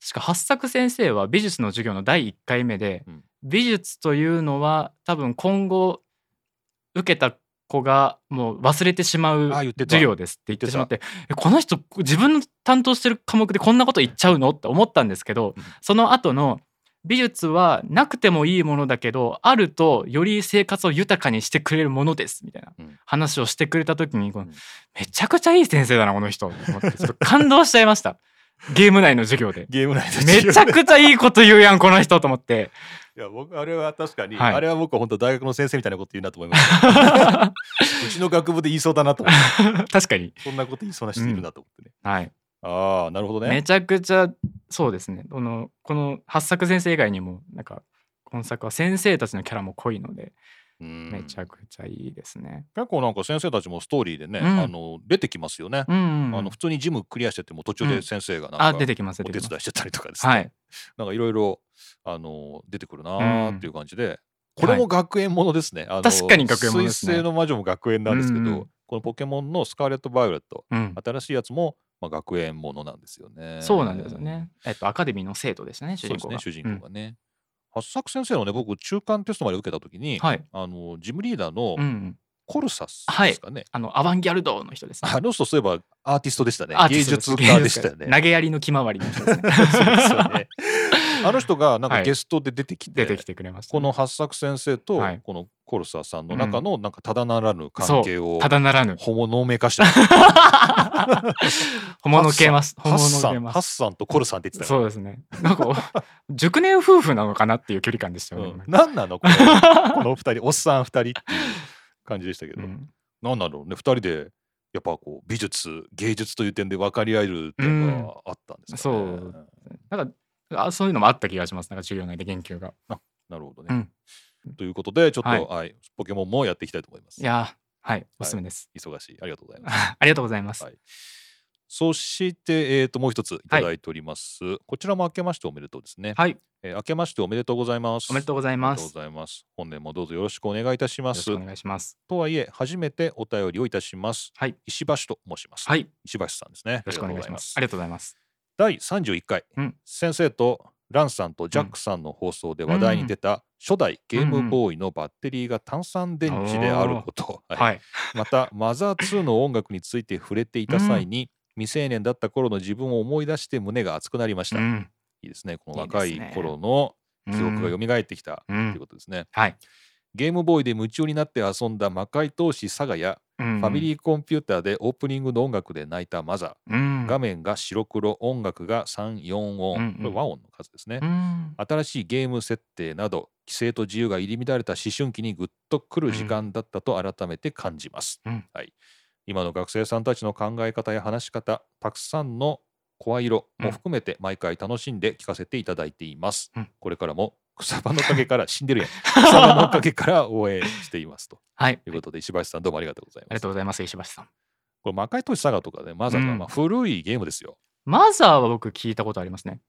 S2: しか八作先生は美術の授業の第1回目で、
S1: うん
S2: 美術というのは多分今後受けた子がもう忘れてしまう
S1: あ言ってた
S2: 授業ですって言ってしまってえこの人自分の担当してる科目でこんなこと言っちゃうのって思ったんですけど、
S1: うん
S2: その後の美術はなくてもいいものだけどあるとより生活を豊かにしてくれるものですみたいな
S1: うん
S2: 話をしてくれた時にこの
S1: うん。
S2: めちゃくちゃいい先生だなこの人と思ってちょっと感動しちゃいましたゲーム内の授業で
S1: ゲーム内で
S2: めちゃくちゃいいこと言うやんこの人と 思って
S1: いや僕あれは確かに、
S2: はい
S1: あれは僕は本当大学の先生みたいなこと言うなと思いま した。うちの学部で言いそうだなと思って、
S2: 確かに、
S1: そんなこと言いそうな人いるなと思ってね。
S2: はい、
S1: ああなるほど
S2: め
S1: ね。
S2: ちゃくちゃそうですねこのこの八作先生以外にもなんか今作は先生たちのキャラも濃いので
S1: うん
S2: めちゃくちゃいいですね。
S1: 結構なんか先生たちもストーリーでね、
S2: うん
S1: あの出てきますよね。
S2: うんうんうん
S1: あの普通にジムクリアしてても途中で先生がなんか、
S2: あ出てきます
S1: お
S2: 出
S1: 手
S2: てきま
S1: 伝いしてたりとかです
S2: す。
S1: ね。
S2: はい
S1: なんかいろいろあの出てくるなーっていう感じで、これ
S2: は
S1: も
S2: い
S1: 学園ものですね。あの
S2: 確かに学園ものですね
S1: 水星の魔女も学園なんですけど、
S2: うんうん
S1: このポケモンのスカーレット・バイオレット
S2: うん
S1: 新しいやつも、まあ、学園ものなんですよね。
S2: そうなんですよ。ね。えっとアカデミーの生徒でしたね主
S1: そう
S2: 人
S1: ですね
S2: 公が。
S1: 主人公がね。八作先生のね僕中間テストまで受けた時
S2: う
S1: に、
S2: んはい。
S1: あのジムリーダーの
S2: うんうん。
S1: コルサス
S2: はい
S1: ですかね、
S2: あのアバンギャルドの人ですね。
S1: あの人そういえばアーティストでしたね
S2: アーティ
S1: 芸
S2: ストです
S1: 術家でしたよ
S2: 芸術家です投
S1: ね。。
S2: げやりの気まわりの人ですね
S1: そうですよ ねあの人がなん
S2: は
S1: か
S2: い
S1: ゲストで出てきて,、
S2: 出てきてくれましたね。
S1: この八作先生と
S2: はい
S1: このコルサさんの中のなんかただならぬ
S2: そ
S1: 関
S2: う
S1: 係を
S2: ただならぬ。
S1: ほぼのめか した
S2: 本物系ます。
S1: ハ
S2: 本
S1: ッ
S2: 物
S1: サ
S2: 系
S1: ン
S2: ま
S1: ハッ
S2: す。
S1: サンとコルさんって言ってたよ
S2: そうですね。なんかお 熟年夫婦なのかなっていう距離感でしたよね。
S1: うん
S2: なんか
S1: 何なのこれ この二人おっさん二人っていう感じでしたけど、
S2: う
S1: なん、
S2: ん
S1: 何なのね二人でやっぱこう美術芸術という点で分かり合える点があったんですかね、
S2: うんそうなんかあそういうのもあった気がします。なんか授業内で言及が。
S1: なるほど
S2: う
S1: ね、
S2: ん
S1: ということでちょっと、は
S2: はいい
S1: ポケモンもやっていきたいと思います
S2: いやーはいおすすめです。
S1: 忙しいありがとうございます
S2: ありがとうございます。
S1: はいそして、えー、ともう一ついただいております、こちらも明けましておめでとうですね、
S2: はい
S1: えー明けましておめでとうございます
S2: おめでとうござい
S1: ありが
S2: ま
S1: とう
S2: す。
S1: ございます本年もどうぞよろしくお願いいたしま
S2: よろ
S1: す
S2: しくお願いします。
S1: とはいえ初めてお便りをいたします
S2: はい
S1: 石橋と申します、
S2: はいよ
S1: 石橋さんですねよ
S2: ろしくお願いします。あ
S1: あ
S2: り
S1: りが
S2: がとうございます。
S1: とうございます第31回、
S2: うん
S1: 先生とランさんとジャックさんの放送で話題に出た初代ゲームボーイのバッテリーが炭酸電池であること、はい
S2: はい
S1: またマザー2の音楽について触れていた際に、未成年だった頃の自分を思い出して胸が熱くなりました、
S2: う
S1: い
S2: ん
S1: いですねこの
S2: いいです
S1: 若
S2: ね
S1: い頃の記憶
S2: うん
S1: が蘇ってきた
S2: う
S1: というんことですね、
S2: はい。
S1: ゲームボーイで夢中になって遊んだ魔界闘士サガや、
S2: フ
S1: ファミ
S2: ー
S1: リーコンピューターでオープニングの音楽で泣いたマザー画
S2: 画
S1: 面が白黒音楽が34音、
S2: うんうん
S1: これ和音の数ですね、
S2: 面
S1: 新しいゲーム設定など規制と自由が入り乱れた思春期にぐっとくる時間だったと改めて感じます、
S2: うん
S1: はい、今の学生さんたちの考え方や話し方たくさんの声色も含めて毎回楽しんで聞かせていただいています、
S2: うん
S1: これからも草場の陰から死ん でるやん草場の陰から応援していますと
S2: はい
S1: いうことで石橋さんどうもありがとうござい
S2: あ
S1: ま
S2: りが
S1: す
S2: とうございます石橋さん
S1: これ魔界都市サガとかねマザーとか、
S2: うん
S1: まあ、古いゲームですよ
S2: マザーは僕聞いたことありますね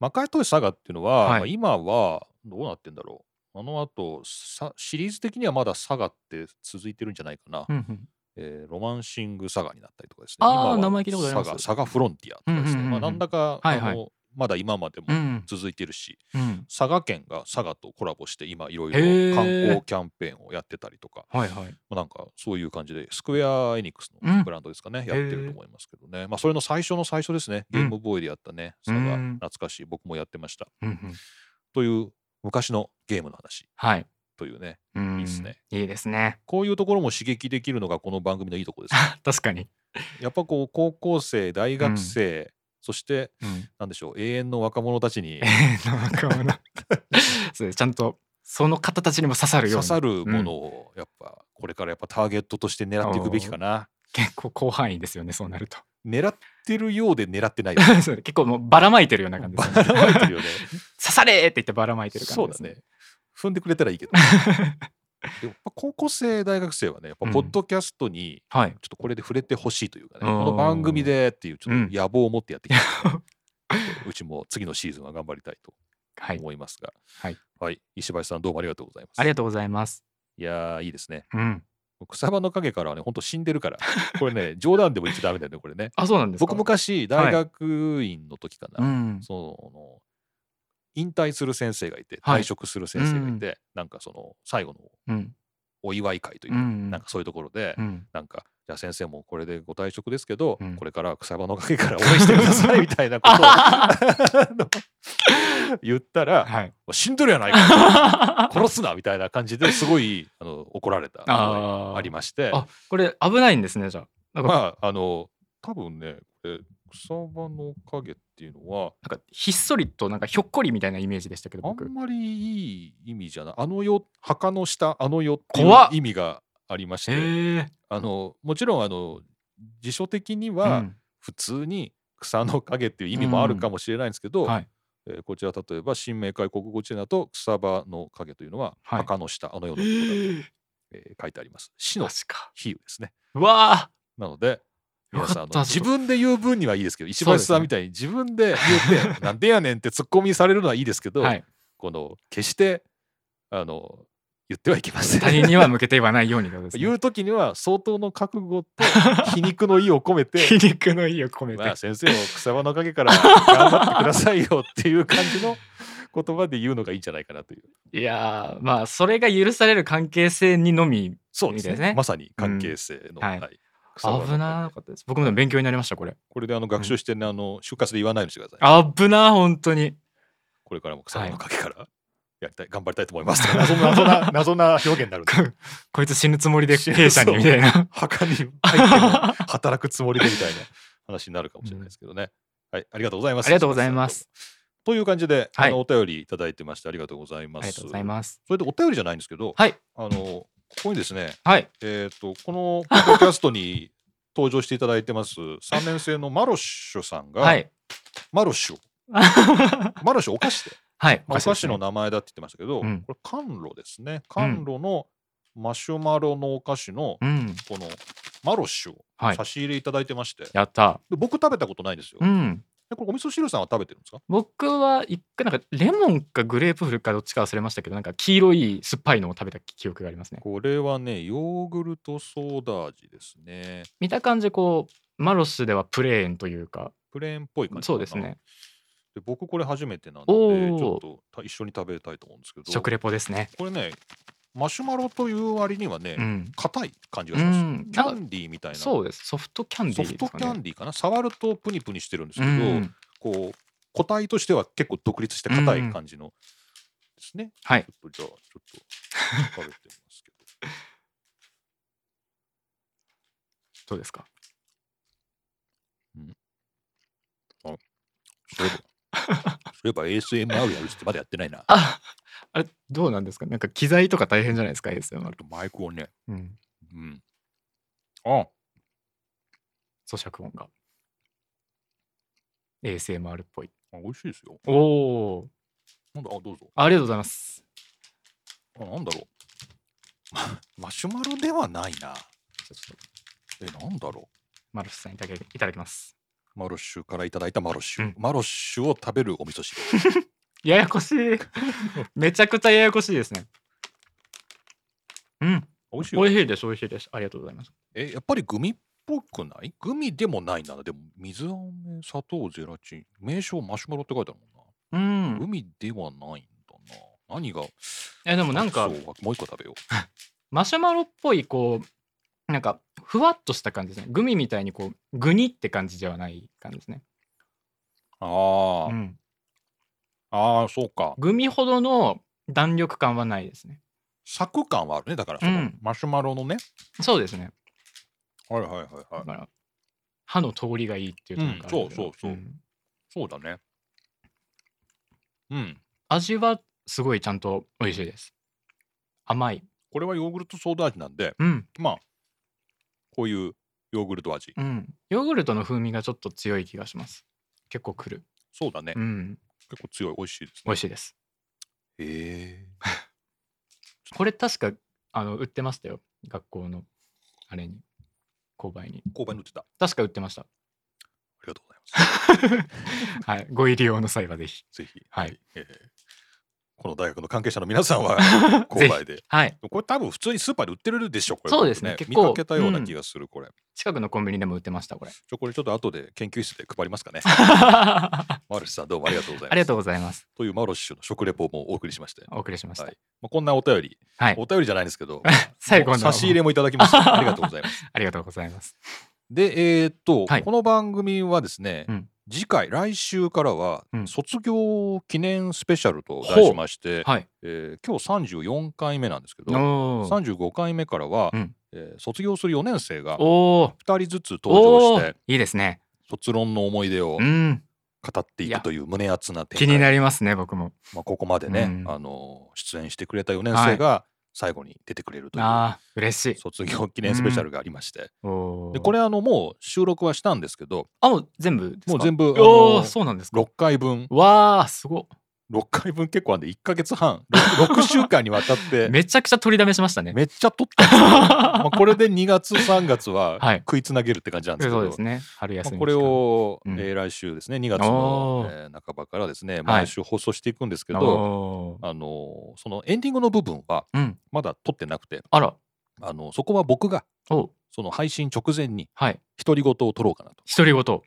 S1: 魔界都市サガっていうのは、
S2: はい
S1: まあ今はどうなってんだろうあの後さシリーズ的にはまだサガって続いてるんじゃないかな、
S2: うんうん
S1: えーロマンシングサガになったりとかですね。
S2: あー
S1: 今は
S2: 名前聞いたことあります
S1: サガサガフロンティアとかです
S2: うんう
S1: ね。
S2: んうんうん
S1: まあなんだか、
S2: はいはい
S1: あのまだ今までも
S2: うん
S1: 続いてるし、
S2: うん
S1: 佐賀県が佐賀とコラボして今いろいろ
S2: へー
S1: 観光キャンペーンをやってたりとか、
S2: はいはい
S1: まあなんかそういう感じでスクエアエニックス
S2: う
S1: の
S2: ん
S1: ブランドですかね、
S2: ー
S1: やってると思いますけどね。まあそれの最初の最初ですね。ゲームボーイでやったね、
S2: うん
S1: 佐賀
S2: うん
S1: 懐かしい僕もやってました。
S2: うんうん
S1: という昔のゲームの話
S2: はい
S1: というね、
S2: うん
S1: いいっすね
S2: いいですね
S1: こういうところも刺激できるのがこの番組のいいところですね。
S2: 確かに
S1: やっぱこう高校生大学生、そして
S2: うん
S1: なんでしょう永遠の若者たちに
S2: えーなんかもうな そうですちゃんとその方たちにも刺さるよう
S1: 刺
S2: に
S1: さるものをやっぱこれからやっぱターゲットとして狙っていくべきかな
S2: 結構広範囲ですよねそうなると
S1: 狙ってるようで狙ってない
S2: そう結構もうばらまいてるような感じ
S1: ば
S2: ですね
S1: らまいてるよね
S2: 刺されーって言ってばらまいてる
S1: そ
S2: 感
S1: う
S2: じで
S1: だ
S2: すね
S1: ね踏んでくれたらいいけどでも やっぱ高校生大学生はねやっぱポッドキャストに
S2: はい
S1: ちょっとこれで触れてほしいというかね、
S2: うん
S1: この番組でっていうちょっ
S2: うん
S1: と野望を持ってやってきた、 うちも次のシーズンは頑張りたいと
S2: はい
S1: 思いますが
S2: はい、
S1: はい、石橋さんどうもありがとうございます
S2: ありがとうございます
S1: いやーいいですね
S2: うん
S1: 草場の陰からはね、ほんと死んでるから。これね、冗談でも言っちゃダメだよね、これね。
S2: あそうなんですか
S1: 僕昔、大学院の時かな、
S2: うん
S1: その、引退する先生がいて、
S2: はい
S1: 退職する先生がいて、なんかその、最後の
S2: うん
S1: お祝い会という
S2: う
S1: か、
S2: ん
S1: なんかそういうところで、
S2: うん
S1: なんか、じゃあ先生もこれでご退職ですけど、
S2: うん
S1: これからは草場の陰から応援してくださ いみたいなことをあの言ったら、
S2: はい
S1: 死んどるやないか、殺すなみたいな感じですごいあの怒られたあ
S2: あー
S1: りまして、
S2: あこれ危ないんですねじゃあなんか,、
S1: まああの多分ねこれ草場の影っていうのは
S2: なんかひっそりとなんかひょっこりみたいなイメージでしたけど
S1: あん
S2: 僕
S1: まりいい意味じゃないあの世墓の下あの世っていう
S2: 怖っ
S1: 意味がありまして、
S2: え
S1: あのもちろんあの辞書的には普通に草の影っていう意味もあるかもしれないんですけど、
S2: はい
S1: えーこちら例えば新明解国語辞典だと草場の影というのは
S2: はい
S1: 墓の下、あの世のことだと、えー書いてあります。死
S2: マ
S1: の
S2: ジか
S1: 比喩ですね。
S2: うわあ
S1: なので、
S2: よ
S1: 皆
S2: か
S1: さんあ
S2: っ
S1: の
S2: た
S1: 自分で言う分にはいいですけど、石
S2: そう
S1: 橋
S2: ですね
S1: さんみたいに自分で言 って、なんでやねんって突っ込みされるのはいいですけど、
S2: はい、
S1: この決してあの言ってはいけません。
S2: 他人には向けて言わないようにってことです、ね、
S1: 言う時には相当の覚悟と皮肉の意を込め
S2: 皮
S1: て、
S2: 肉の意を込めて、
S1: まあ、先生を草場の陰から頑張ってくださいよっていう感じの言葉で言うのがいいんじゃないかなという。
S2: いやーまあそれが許される関係性にのみ
S1: そうです
S2: い
S1: ね
S2: いですね
S1: まさに関係性の、
S2: うんはい
S1: はい草場の
S2: 危なかったです僕もでも勉強になりましたこれ
S1: これであの学習してね、あの就活で言わないようにしてください。
S2: 危な本当に
S1: これからも草の陰からやりたい、頑張りたいと思います。謎な謎な謎な表現になるんで。
S2: こ こいつ死ぬつもり で
S1: 死ぬ
S2: 弊社にみたいな
S1: 墓に入っても働くつもりでみたいな話になるかもしれないですけどね。はい、ありがとうございます。
S2: ありがとうございます。
S1: という感じで、
S2: はい
S1: あのお便りいただいてましてありがとうございま
S2: あ
S1: す。
S2: りがとうございます
S1: それでお便りじゃないんですけど、
S2: はい
S1: あのここにですね、
S2: はい
S1: えっ、とこのポッドキャストに登場していただいてます3年生のマロッシュさんが、
S2: はい
S1: マロッシュマロッシュお菓子で
S2: はい
S1: まあお菓
S2: です
S1: 子
S2: ね
S1: の名前だって言ってましたけど、
S2: うん
S1: これ甘露ですね甘露のマシュマロのお菓子の
S2: うん
S1: このマロッシュを
S2: はい
S1: 差し入れいただいてまして、
S2: やった
S1: で僕食べたことないんですよ、
S2: うん
S1: でこれお味噌汁さんは食べてるんですか
S2: 僕は一回なんかレモンかグレープフルかどっちか忘れましたけどなんか黄色い酸っぱいのを食べた記憶がありますね
S1: これはねヨーグルトソーダ味ですね
S2: 見た感じこうマロスではプレーンというか
S1: プレーンっぽい感じか
S2: そ
S1: な
S2: うですね
S1: で僕これ初めてなのでち
S2: おー
S1: ょっとた一緒に食べたいと思うんですけど
S2: 食レポですね
S1: これねマシュマロという割にはね、
S2: うん
S1: 硬い感じ
S2: う
S1: がします、
S2: ん
S1: キ
S2: な
S1: ャ
S2: んか
S1: ンディーみたいな
S2: そうですソフトキャンディー
S1: ソ
S2: です
S1: フト
S2: かね
S1: キャンディーかな触るとプニプニしてるんですけど、
S2: うん
S1: こう個体としては結構独立して硬い感じのですね、
S2: はい
S1: ちょっとじゃあちょっと食べてみますけど
S2: どうですか
S1: そういえばそういえば ASMR やるってまだやってないな
S2: ああれどうなんですかなんか機材とか大変じゃないですか ASMR
S1: あ、とマイクをね
S2: うん、
S1: うんあ
S2: 咀嚼音が ASMR っぽい
S1: あ美味しいですよ。
S2: おお
S1: なんだあどうぞ。
S2: ありがとうございます
S1: あなんだろう。 マシュマロではないな。
S2: じゃあちょっと
S1: えなんだろ
S2: マルシさんいただけいただきます
S1: う。マロッシュからいただいたマロッシュ。
S2: うん
S1: マロッシュを食べるお味噌汁。
S2: ややこしいめちゃくちゃややこしいですねうん
S1: 美味しい
S2: 美
S1: よ。
S2: 味しいです美味しいですありがとうございます
S1: えやっぱりグミっぽくない？グミでもないな。でも水飴、砂糖、ゼラチン、名称マシュマロって書いてあるもんな。
S2: う
S1: グ
S2: ん
S1: ミではないんだな。何が？
S2: えでもなんか
S1: あそうもう一個食べよう。
S2: マシュマロっぽいこうなんかふわっとした感じですねグミみたいにこうグニって感じではない感じですね、
S1: ああ、
S2: うん、
S1: ああそうか。
S2: グミほどの弾力感はないですね
S1: サク感はあるねだからその、
S2: うん
S1: マシュマロのね。
S2: そうですね
S1: はいはいはいは
S2: だ
S1: い。
S2: から歯の通りがいいっていうとこ
S1: う
S2: ろがある
S1: んそうそうそうんそうだね。うん。
S2: 味はすごいちゃんと美味しいです甘い
S1: これはヨーグルトソーダ味なんで、
S2: うん
S1: まあ、こういうヨーグルト味。
S2: うんヨーグルトの風味がちょっと強い気がします結構くる
S1: そうだね。
S2: うん
S1: 結構強い、美味しいです
S2: 美
S1: ね。
S2: 味しいです
S1: へえ。
S2: これ確かあの売ってましたよ学校のあれに購買に
S1: 購買に売ってた。あ
S2: 確か売ってました
S1: りがとうございます。
S2: はい、ご入り用の際はぜひ。
S1: ぜひ、
S2: はい。
S1: えーこの大学の関係者の皆さ んは購買で。
S2: はい、
S1: これ多分普通にスーパーで売ってるでしょ、これ。
S2: そうですね
S1: これ
S2: 結構
S1: 見かけたような気がする、これ。
S2: 近くのコンビニでも売ってました、これ。
S1: ちょこれちょっと後で研究室で配りますかね。
S2: あ
S1: マロシさんどうもありがとうございます。
S2: りがとうございます。
S1: というマロシュの食レポもお送りしまして。
S2: お送りしました。
S1: はいまあ、こんなお便り、
S2: はい
S1: お便りじゃないんですけど
S2: 最後の
S1: 差し入れもいただきましたありがとうございます
S2: ありがとうございます。
S1: でえーっと、
S2: はい
S1: この番組はですね、
S2: うん
S1: 次回来週からは、
S2: うん
S1: 卒業記念スペシャルと題しまして、
S2: はい。
S1: えー今日34回目なんですけど
S2: おー
S1: 35回目からは、
S2: うん
S1: えー卒業する4年生が2
S2: おー
S1: 人ずつ登
S2: お
S1: 場して
S2: ーいいですね。
S1: 卒論の思い出を
S2: うん。
S1: 語っていくという胸熱な展
S2: 気
S1: 開
S2: になりますね、僕も。
S1: まあ、ここまでね、
S2: うん
S1: あの出演してくれた4年生が最後に出てくれるという、
S2: ああ、嬉しい。
S1: 卒業記念スペシャルがありまして、
S2: お
S1: でこ
S2: れ、
S1: れあのもう収録はしたんですけど
S2: あ、もう全部ですか
S1: もう全部あ
S2: お
S1: の
S2: お、そうなんですか。
S1: 6回分
S2: わあ、すごっ。
S1: 6回分結構あんで1か月半 6, 週間にわたって
S2: めちゃくちゃ取りだめしましたね。
S1: めっちゃ撮ったん ですけどまあこれで2月3月は
S2: はい
S1: 食いつなげるって感じなんですけど、
S2: そうですね。春
S1: まあ
S2: 休み。
S1: これ。を、
S2: うん
S1: えー来週ですね2月の
S2: お、ー
S1: えー半ばからですね毎週放送していくんですけど、
S2: おー
S1: あのそのエンディングの部分は
S2: うん。
S1: まだ撮ってなくて
S2: あら。
S1: あのそこは僕が
S2: おう
S1: その配信直前に
S2: はい。
S1: 独り言を撮ろうかなと、
S2: 独り言。お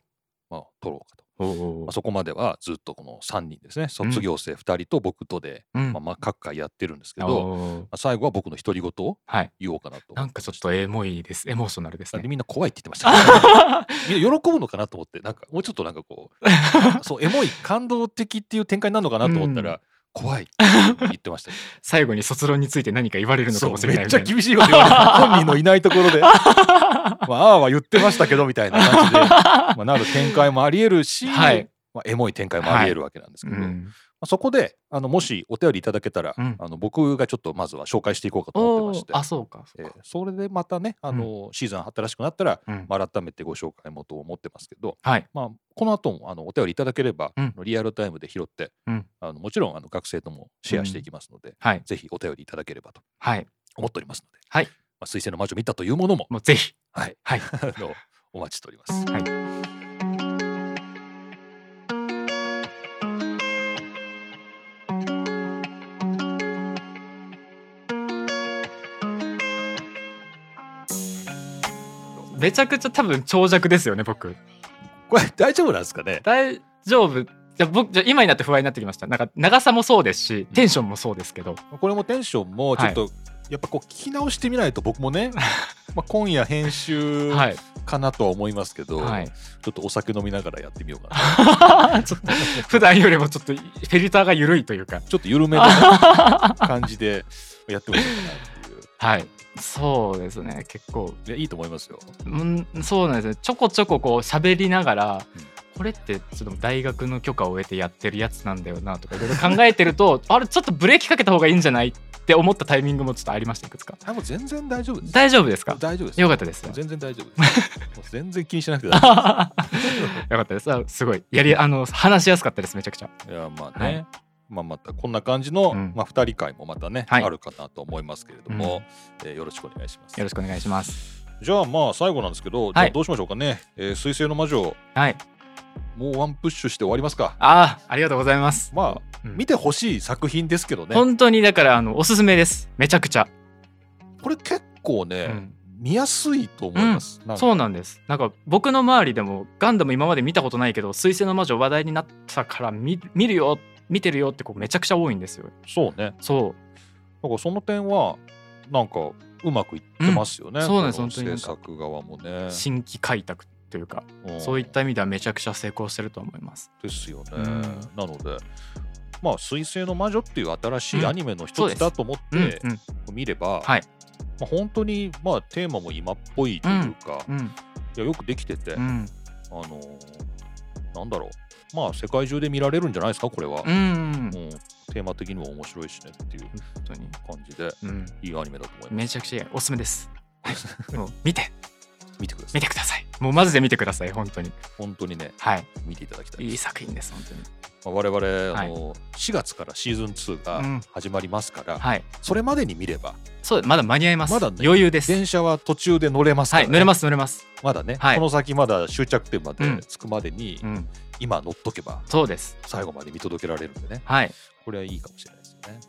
S1: まあ、撮ろうかと。
S2: お
S1: まあ、そこまではずっとこの3人ですね卒業生2人と僕とで、
S2: うん
S1: まあ、まあ各回やってるんですけど、ま
S2: おー
S1: あ、最後は僕の独り言を
S2: はい。
S1: 言おうかなと。
S2: なんかちょっとエモいです。エモーショナルです
S1: で
S2: ね。
S1: みんな怖いって言ってま した、みんな喜ぶのかなと思ってなんかもうちょっとなんかこ うそうエモい感動的っていう展開になるのかなと思ったら、
S2: う
S1: 怖いって言ってました よ
S2: 最後に卒論について何か言われるのかもし
S1: そう
S2: れ
S1: め
S2: ない
S1: っ
S2: み
S1: ち
S2: た
S1: ゃ
S2: いな。
S1: 厳しいこと言われて本人のいないところで まあああは言ってましたけどみたいな感じで、まあ、なる展開もありえるし、
S2: はい
S1: まあ、エモい展開もありえるわけなんですけど、
S2: うん
S1: まあ、そこであのもしお便りいただけたら、
S2: うん
S1: あの僕がちょっとまずは紹介していこうかと思
S2: お
S1: ってま
S2: ー
S1: して
S2: あ、そうか。そう
S1: え
S2: か
S1: ーそれでまたねあの、シーズン新しくなったら、
S2: うん
S1: まあ、改めてご紹介もと思ってますけど、
S2: はい。
S1: まあ、この後もあのお便りいただければ、
S2: うん
S1: リアルタイムで拾って、
S2: うん
S1: あのもちろんあの学生ともシェアしていきますので、
S2: はい。
S1: ぜひお便りいただければと
S2: はい。
S1: 思っておりますので「
S2: はい
S1: まあ、水星の魔女見た」というものも、
S2: もうぜひ。
S1: はい、
S2: はい。
S1: あのお待ちしております。
S2: はいめちゃくちゃ多分長尺ですよね、僕。
S1: これ大丈夫なんですかね
S2: 大丈夫。じゃあ僕、じゃあ今になって不安になってきました。なんか長さもそうですし、テンションもそうですけど。
S1: これもテンションもちょっと、やっぱこう聞き直してみないと僕も ねまあ今夜編集
S2: はい。
S1: かなとは思いますけど、
S2: はい。
S1: ちょっとお酒飲みながらやってみようかな
S2: ちょっと普段よりもちょっとフィルターが緩いというか。
S1: ちょっと緩めのね、感じでやってもいいかなっていう
S2: はい。そうですね。結構、
S1: いやいいと思いますよ
S2: うん、そうなんですね。ちょこちょここう喋りながら
S1: うん、
S2: これってちょっと大学 の許可を得てやってるやつなんだよなとかいろいろ考えてると、あれちょっとブレーキかけた方がいいんじゃないっって思ったタイミングもちょっとありましたいくつか
S1: あもう全然大丈夫です
S2: 大丈夫ですか
S1: 大丈夫です
S2: よかったですよ
S1: 全然大丈夫ですもう全然気にしなくて大丈
S2: よかったですあすごいやりあの話しやすかったですめちゃくちゃ
S1: 夫いやまあね、
S2: はい
S1: まあまたこんな感じの、
S2: うん
S1: まあ2人会もまたね、
S2: はい
S1: あるかなと思いますけれども、えーよろしくお願いします
S2: よろしくお願いします
S1: じゃあまあ最後なんですけど、じゃあどうしましょうかね「えー水星の魔女
S2: はい」
S1: もうワンプッシュして終わりますか
S2: ああありがとうございます
S1: まあ
S2: うん
S1: 見てほしい作品ですけどね
S2: 本当にだからあのおすすめですめちゃくちゃ
S1: これ結構ね、
S2: うん
S1: 見やすいと思います、なんか
S2: そうなんですなんか僕の周りでもガンダム今まで見たことないけど「水星の魔女」話題になったから見見るよ見てるよってこうめちゃくちゃ多いんですよ
S1: そうね
S2: そ
S1: だからその点はなんかうまくいってますよね、
S2: うんそうなんです
S1: この
S2: 本当になん
S1: 制
S2: か
S1: 作側も
S2: う
S1: ね、
S2: 新規開拓というか
S1: ん
S2: そういった意味ではめちゃくちゃ成功してると思います
S1: ですよね、
S2: うん
S1: なのでまあ「水星の魔女」っていう新しい
S2: うん
S1: アニメの
S2: そ
S1: 一
S2: うで
S1: つ
S2: す
S1: だと思っ
S2: うん
S1: て
S2: うん
S1: 見れば、
S2: はい
S1: まあ本当にまあテーマも今っぽいというか、
S2: う
S1: い
S2: ん
S1: やよくできてて、
S2: う
S1: あ
S2: ん
S1: のーなんだろうまあ世界中で見られるんじゃないですかこれは、
S2: うん
S1: うんテーマ的にも面白いしねっていう
S2: 本当に
S1: 感じで
S2: うん
S1: いいアニメだと思います
S2: めちゃくちゃおすすめです もう見て
S1: 見てくださ
S2: 見
S1: い
S2: てくださいもうマジで見てください本当に
S1: 本当にね
S2: はい
S1: 見ていただきたい
S2: いい作品です本当に
S1: まあ、我々、あの4月からシーズン2
S2: う
S1: が
S2: ん
S1: 始まりますから、
S2: はい
S1: それまでに見れば
S2: そうまだ間に合います
S1: まだね
S2: 余裕です
S1: 電車は途中で乗れますか
S2: は
S1: ら、
S2: い
S1: ね
S2: 乗れます乗れます
S1: まだね、
S2: はい
S1: この先まだ終着点まで
S2: うん
S1: 着くまでに、
S2: うん
S1: 今乗っとけば
S2: そうです
S1: 最後まで見届けられるんでね
S2: はい
S1: これはいいかもしれないですよね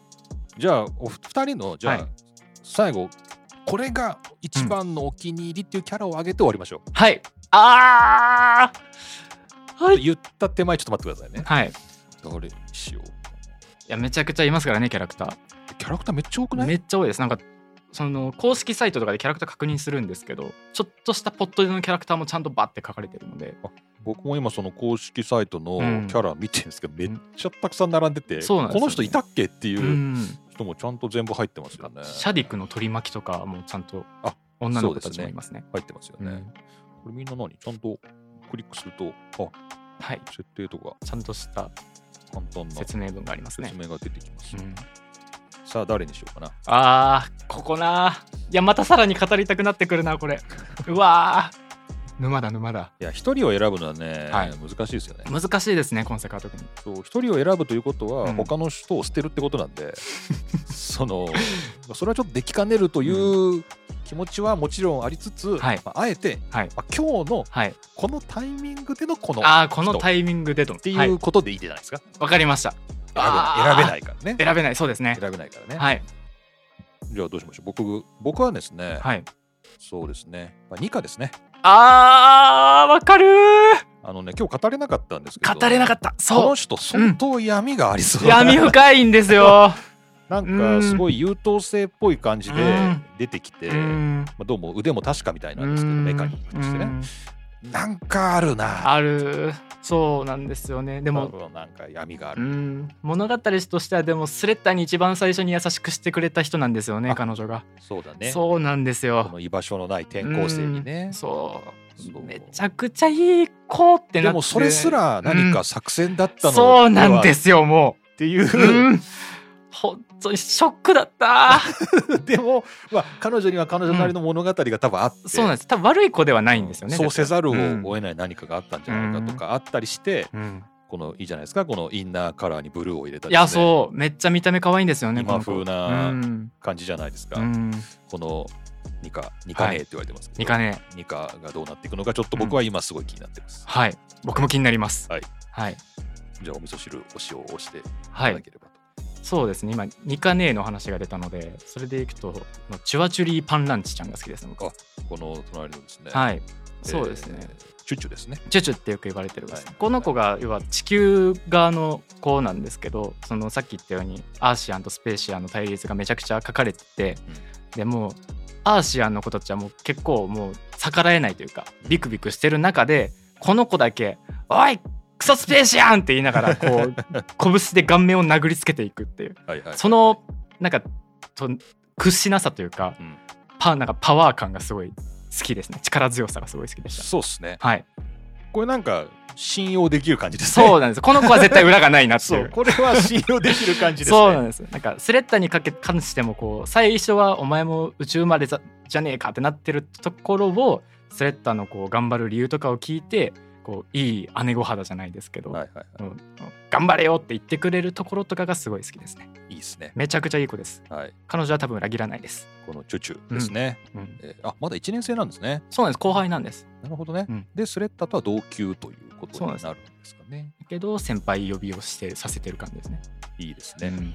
S1: じゃあお二人のじゃあ、
S2: はい
S1: 最後これが一番のお気に入りっていうキャラを挙げて終わりましょう、
S2: はい。ああ。はい。
S1: 言った手前ちょっと待ってくださいね
S2: はい。い
S1: 誰にしよう
S2: や、めちゃくちゃいますからね、キャラクタ
S1: キャラクターめっちゃ多く
S2: ー。
S1: ない
S2: めっちゃ多いです。なんか、その公式サイトとかでキャラクター確認するんですけど、ちょっとしたポットでのキャラクターもちゃんとバッて書かれてるので、
S1: 僕も今その公式サイトの
S2: うん
S1: キャラ見てるんですけど、めっちゃたくさん並んでて、
S2: そうなんです
S1: こ
S2: よね。
S1: の人いたっけっていううん人もちゃんと全部入ってますよね。
S2: シャディクの取り巻きとかもちゃんと
S1: あ
S2: 女の子たちもいますね。
S1: 入ってますよね。
S2: うん
S1: これみんな何ちゃんとクリックするとあ
S2: はい。
S1: 設定とか
S2: ちゃんとした
S1: 簡単な説
S2: 説明文がありますね。
S1: 明が出てきます。
S2: うん、
S1: さあ誰にしようかな。
S2: ああここなーいやまたさらに語りたくなってくるなこれうわー 沼だ沼だ
S1: いや一人を選ぶのはね、
S2: はい
S1: 難しいですよね。
S2: 難しいですね今世界は特に
S1: そう一人を選ぶということは、
S2: うん
S1: 他の人を捨てるってことなん でそのそれはちょっとできかねるという気持ちはもちろんありつつ、
S2: はい
S1: まあ、あえて、
S2: はい
S1: まあ、今日の
S2: はい
S1: このタイミングでのこの
S2: ああこの
S1: 人
S2: タイミングでとっ
S1: って
S2: はいい、
S1: うことでいいじゃないですか、
S2: わかりました
S1: 選べ
S2: い
S1: ない選べないからね
S2: 選べないそうですね
S1: 選べないからね、
S2: はい
S1: じゃあどうしましょう僕僕はですね、
S2: はい
S1: そうですね、まあ、ニカですね
S2: あーわかるー
S1: あのね今日語れなかったんですけど
S2: 語れなか
S1: っ
S2: った
S1: この
S2: そ
S1: 人相当闇がありそううな、
S2: 闇深いんですよ
S1: なんかすごい優等生っぽい感じで
S2: うん
S1: 出てきて、
S2: う
S1: ま
S2: ん
S1: あ、どうも腕も確かみたいなんですけどメカニックとして
S2: う
S1: ね
S2: ん
S1: なんかあるな
S2: あるそうなんですよねで
S1: で
S2: も
S1: なんか闇があ
S2: う
S1: る、
S2: ん物語としてはでもスレッタに一番最初に優しくしてくれた人なんですよね
S1: あ
S2: 彼女が、
S1: そうだね
S2: そうなんです
S1: こ
S2: よ
S1: の居場所のない転校生にね、
S2: うんそう
S1: そう
S2: めちゃくちゃいい子ってなって
S1: でもそれすら何か作戦だったのでは
S2: そうなんですよも
S1: っていう
S2: う、うん、本当にショックだった
S1: でも、まあ、彼女には彼女なりの物語が多分あって、
S2: そうなんです多分悪い子ではないんですよね
S1: そうせざるを
S2: うん
S1: 得ない何かがあったんじゃないかとかあったりして、
S2: うん
S1: このいいじゃないですかこのインナーカラーにブルーを入れた
S2: い
S1: り、ね、
S2: やそうめっちゃ見た目可愛いんですよね
S1: 今
S2: この子
S1: 風な
S2: うん
S1: 感じじゃないですか、
S2: うん
S1: このニカニカねえって言われてますけど、
S2: ニカね
S1: ニカがどうなっていくのかちょっと僕は今すごい気になってます、
S2: はい僕も気になります
S1: はい
S2: はい、
S1: じゃあお味噌汁お塩を押してい
S2: は
S1: ただ
S2: い
S1: ければと、
S2: そうですね今ニカねえの話が出たのでそれでいくとチュワチュリーパンランチちゃんが好きですね僕は
S1: この隣のですね、
S2: はい
S1: えー
S2: そうですね、
S1: チュチュですね
S2: チュチュってよく言われてるんです、
S1: はい
S2: この子が要は地球側の子なんですけどそのさっき言ったようにアーシアンとスペーシアンの対立がめちゃくちゃ書かれてて、でもうアーシアンの子たちはもう結構もう逆らえないというかビクビクしてる中でこの子だけ「おいクソスペーシアン!」って言いながらこ う拳で顔面を殴りつけていくっていう
S1: はいはい
S2: そのなんかと屈しなさというか、
S1: うん
S2: パなんかパワー感がすごい好きですね力強さがすごい好きでし
S1: そうですね
S2: た。はい
S1: これなんか信用できる感じですね。
S2: そうなんですこの子は絶対裏がないなって
S1: そ
S2: いうう
S1: これは信用できる感じですね。
S2: そうなんですなんかスレッタにかけ関してもこう最初はお前も宇宙生まれじゃじゃねえかってなってるところをスレッタのこう頑張る理由とかを聞いてこういい姉御肌じゃないですけど、
S1: はいはい
S2: うん頑張れよって言ってくれるところとかがすごい好きですね
S1: はい。いいですね。
S2: めちゃくちゃいい子です
S1: はい。
S2: 彼女は多分裏切らないです、
S1: このチュチュですね。
S2: うん、
S1: えーあまだ一年生なんですね。
S2: そうなんです後輩なんです
S1: なるほどね。
S2: うん
S1: でスレッタとは同級ということ
S2: そうな
S1: に
S2: んです
S1: なるんですかね。
S2: けど先輩呼びをしてさせてる感じですね
S1: いいですね。
S2: う
S1: ま
S2: ん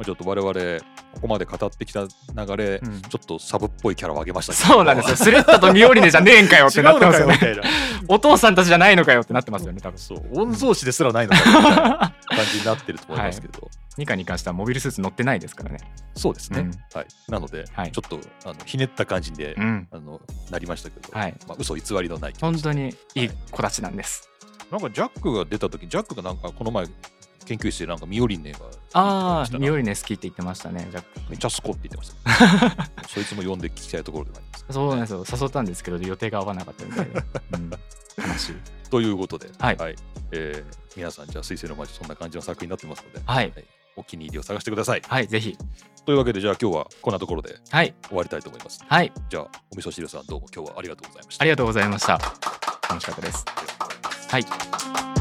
S1: あちょっと我々ここまで語ってきた流れ、
S2: うん
S1: ちょっとサブっぽいキャラを上げましたけど。
S2: そうなんですよスレッタとミオリネじゃねえんかよってなってますよ
S1: 違うのか
S2: ね
S1: よみたい
S2: お父さんたちじゃないのかよってなってますよね多分
S1: な。そう御曹司ですらないのかよみたいな感じになってると思いますけど。
S2: ニカに関してはモビルスーツ乗ってないですからね。
S1: そうですね。
S2: うん
S1: はい。なので、
S2: はい
S1: ちょっとあのひねった感じで、
S2: うん。
S1: あのなりましたけど、
S2: はい
S1: まあ嘘偽りのない気持
S2: 本
S1: ち
S2: 当にいい子たちなんです。
S1: なんかジャックが出た時ジャックがなんかこの前研究室でなんかミオリンネが
S2: ああ、ミオ
S1: リ
S2: リネ好きって言ってましたね。ジャック
S1: めっちゃすこって言ってました そいつも呼んで聞きたいところでもあります
S2: そうなんですよ。誘ったんですけど予定が合わなかったみたい で。うん、悲しい。
S1: ということで、
S2: はい
S1: えー皆さんじゃあ「水星の魔女」そんな感じの作品になってますので、
S2: はい
S1: お気に入りを探してください
S2: はい、ぜひ。
S1: というわけでじゃあ今日はこんなところで
S2: はい。
S1: 終わりたいと思います
S2: はい。
S1: じゃあお味噌汁さんどうも今日はありがとうございました
S2: ありがとうございました。楽しかったです。はい。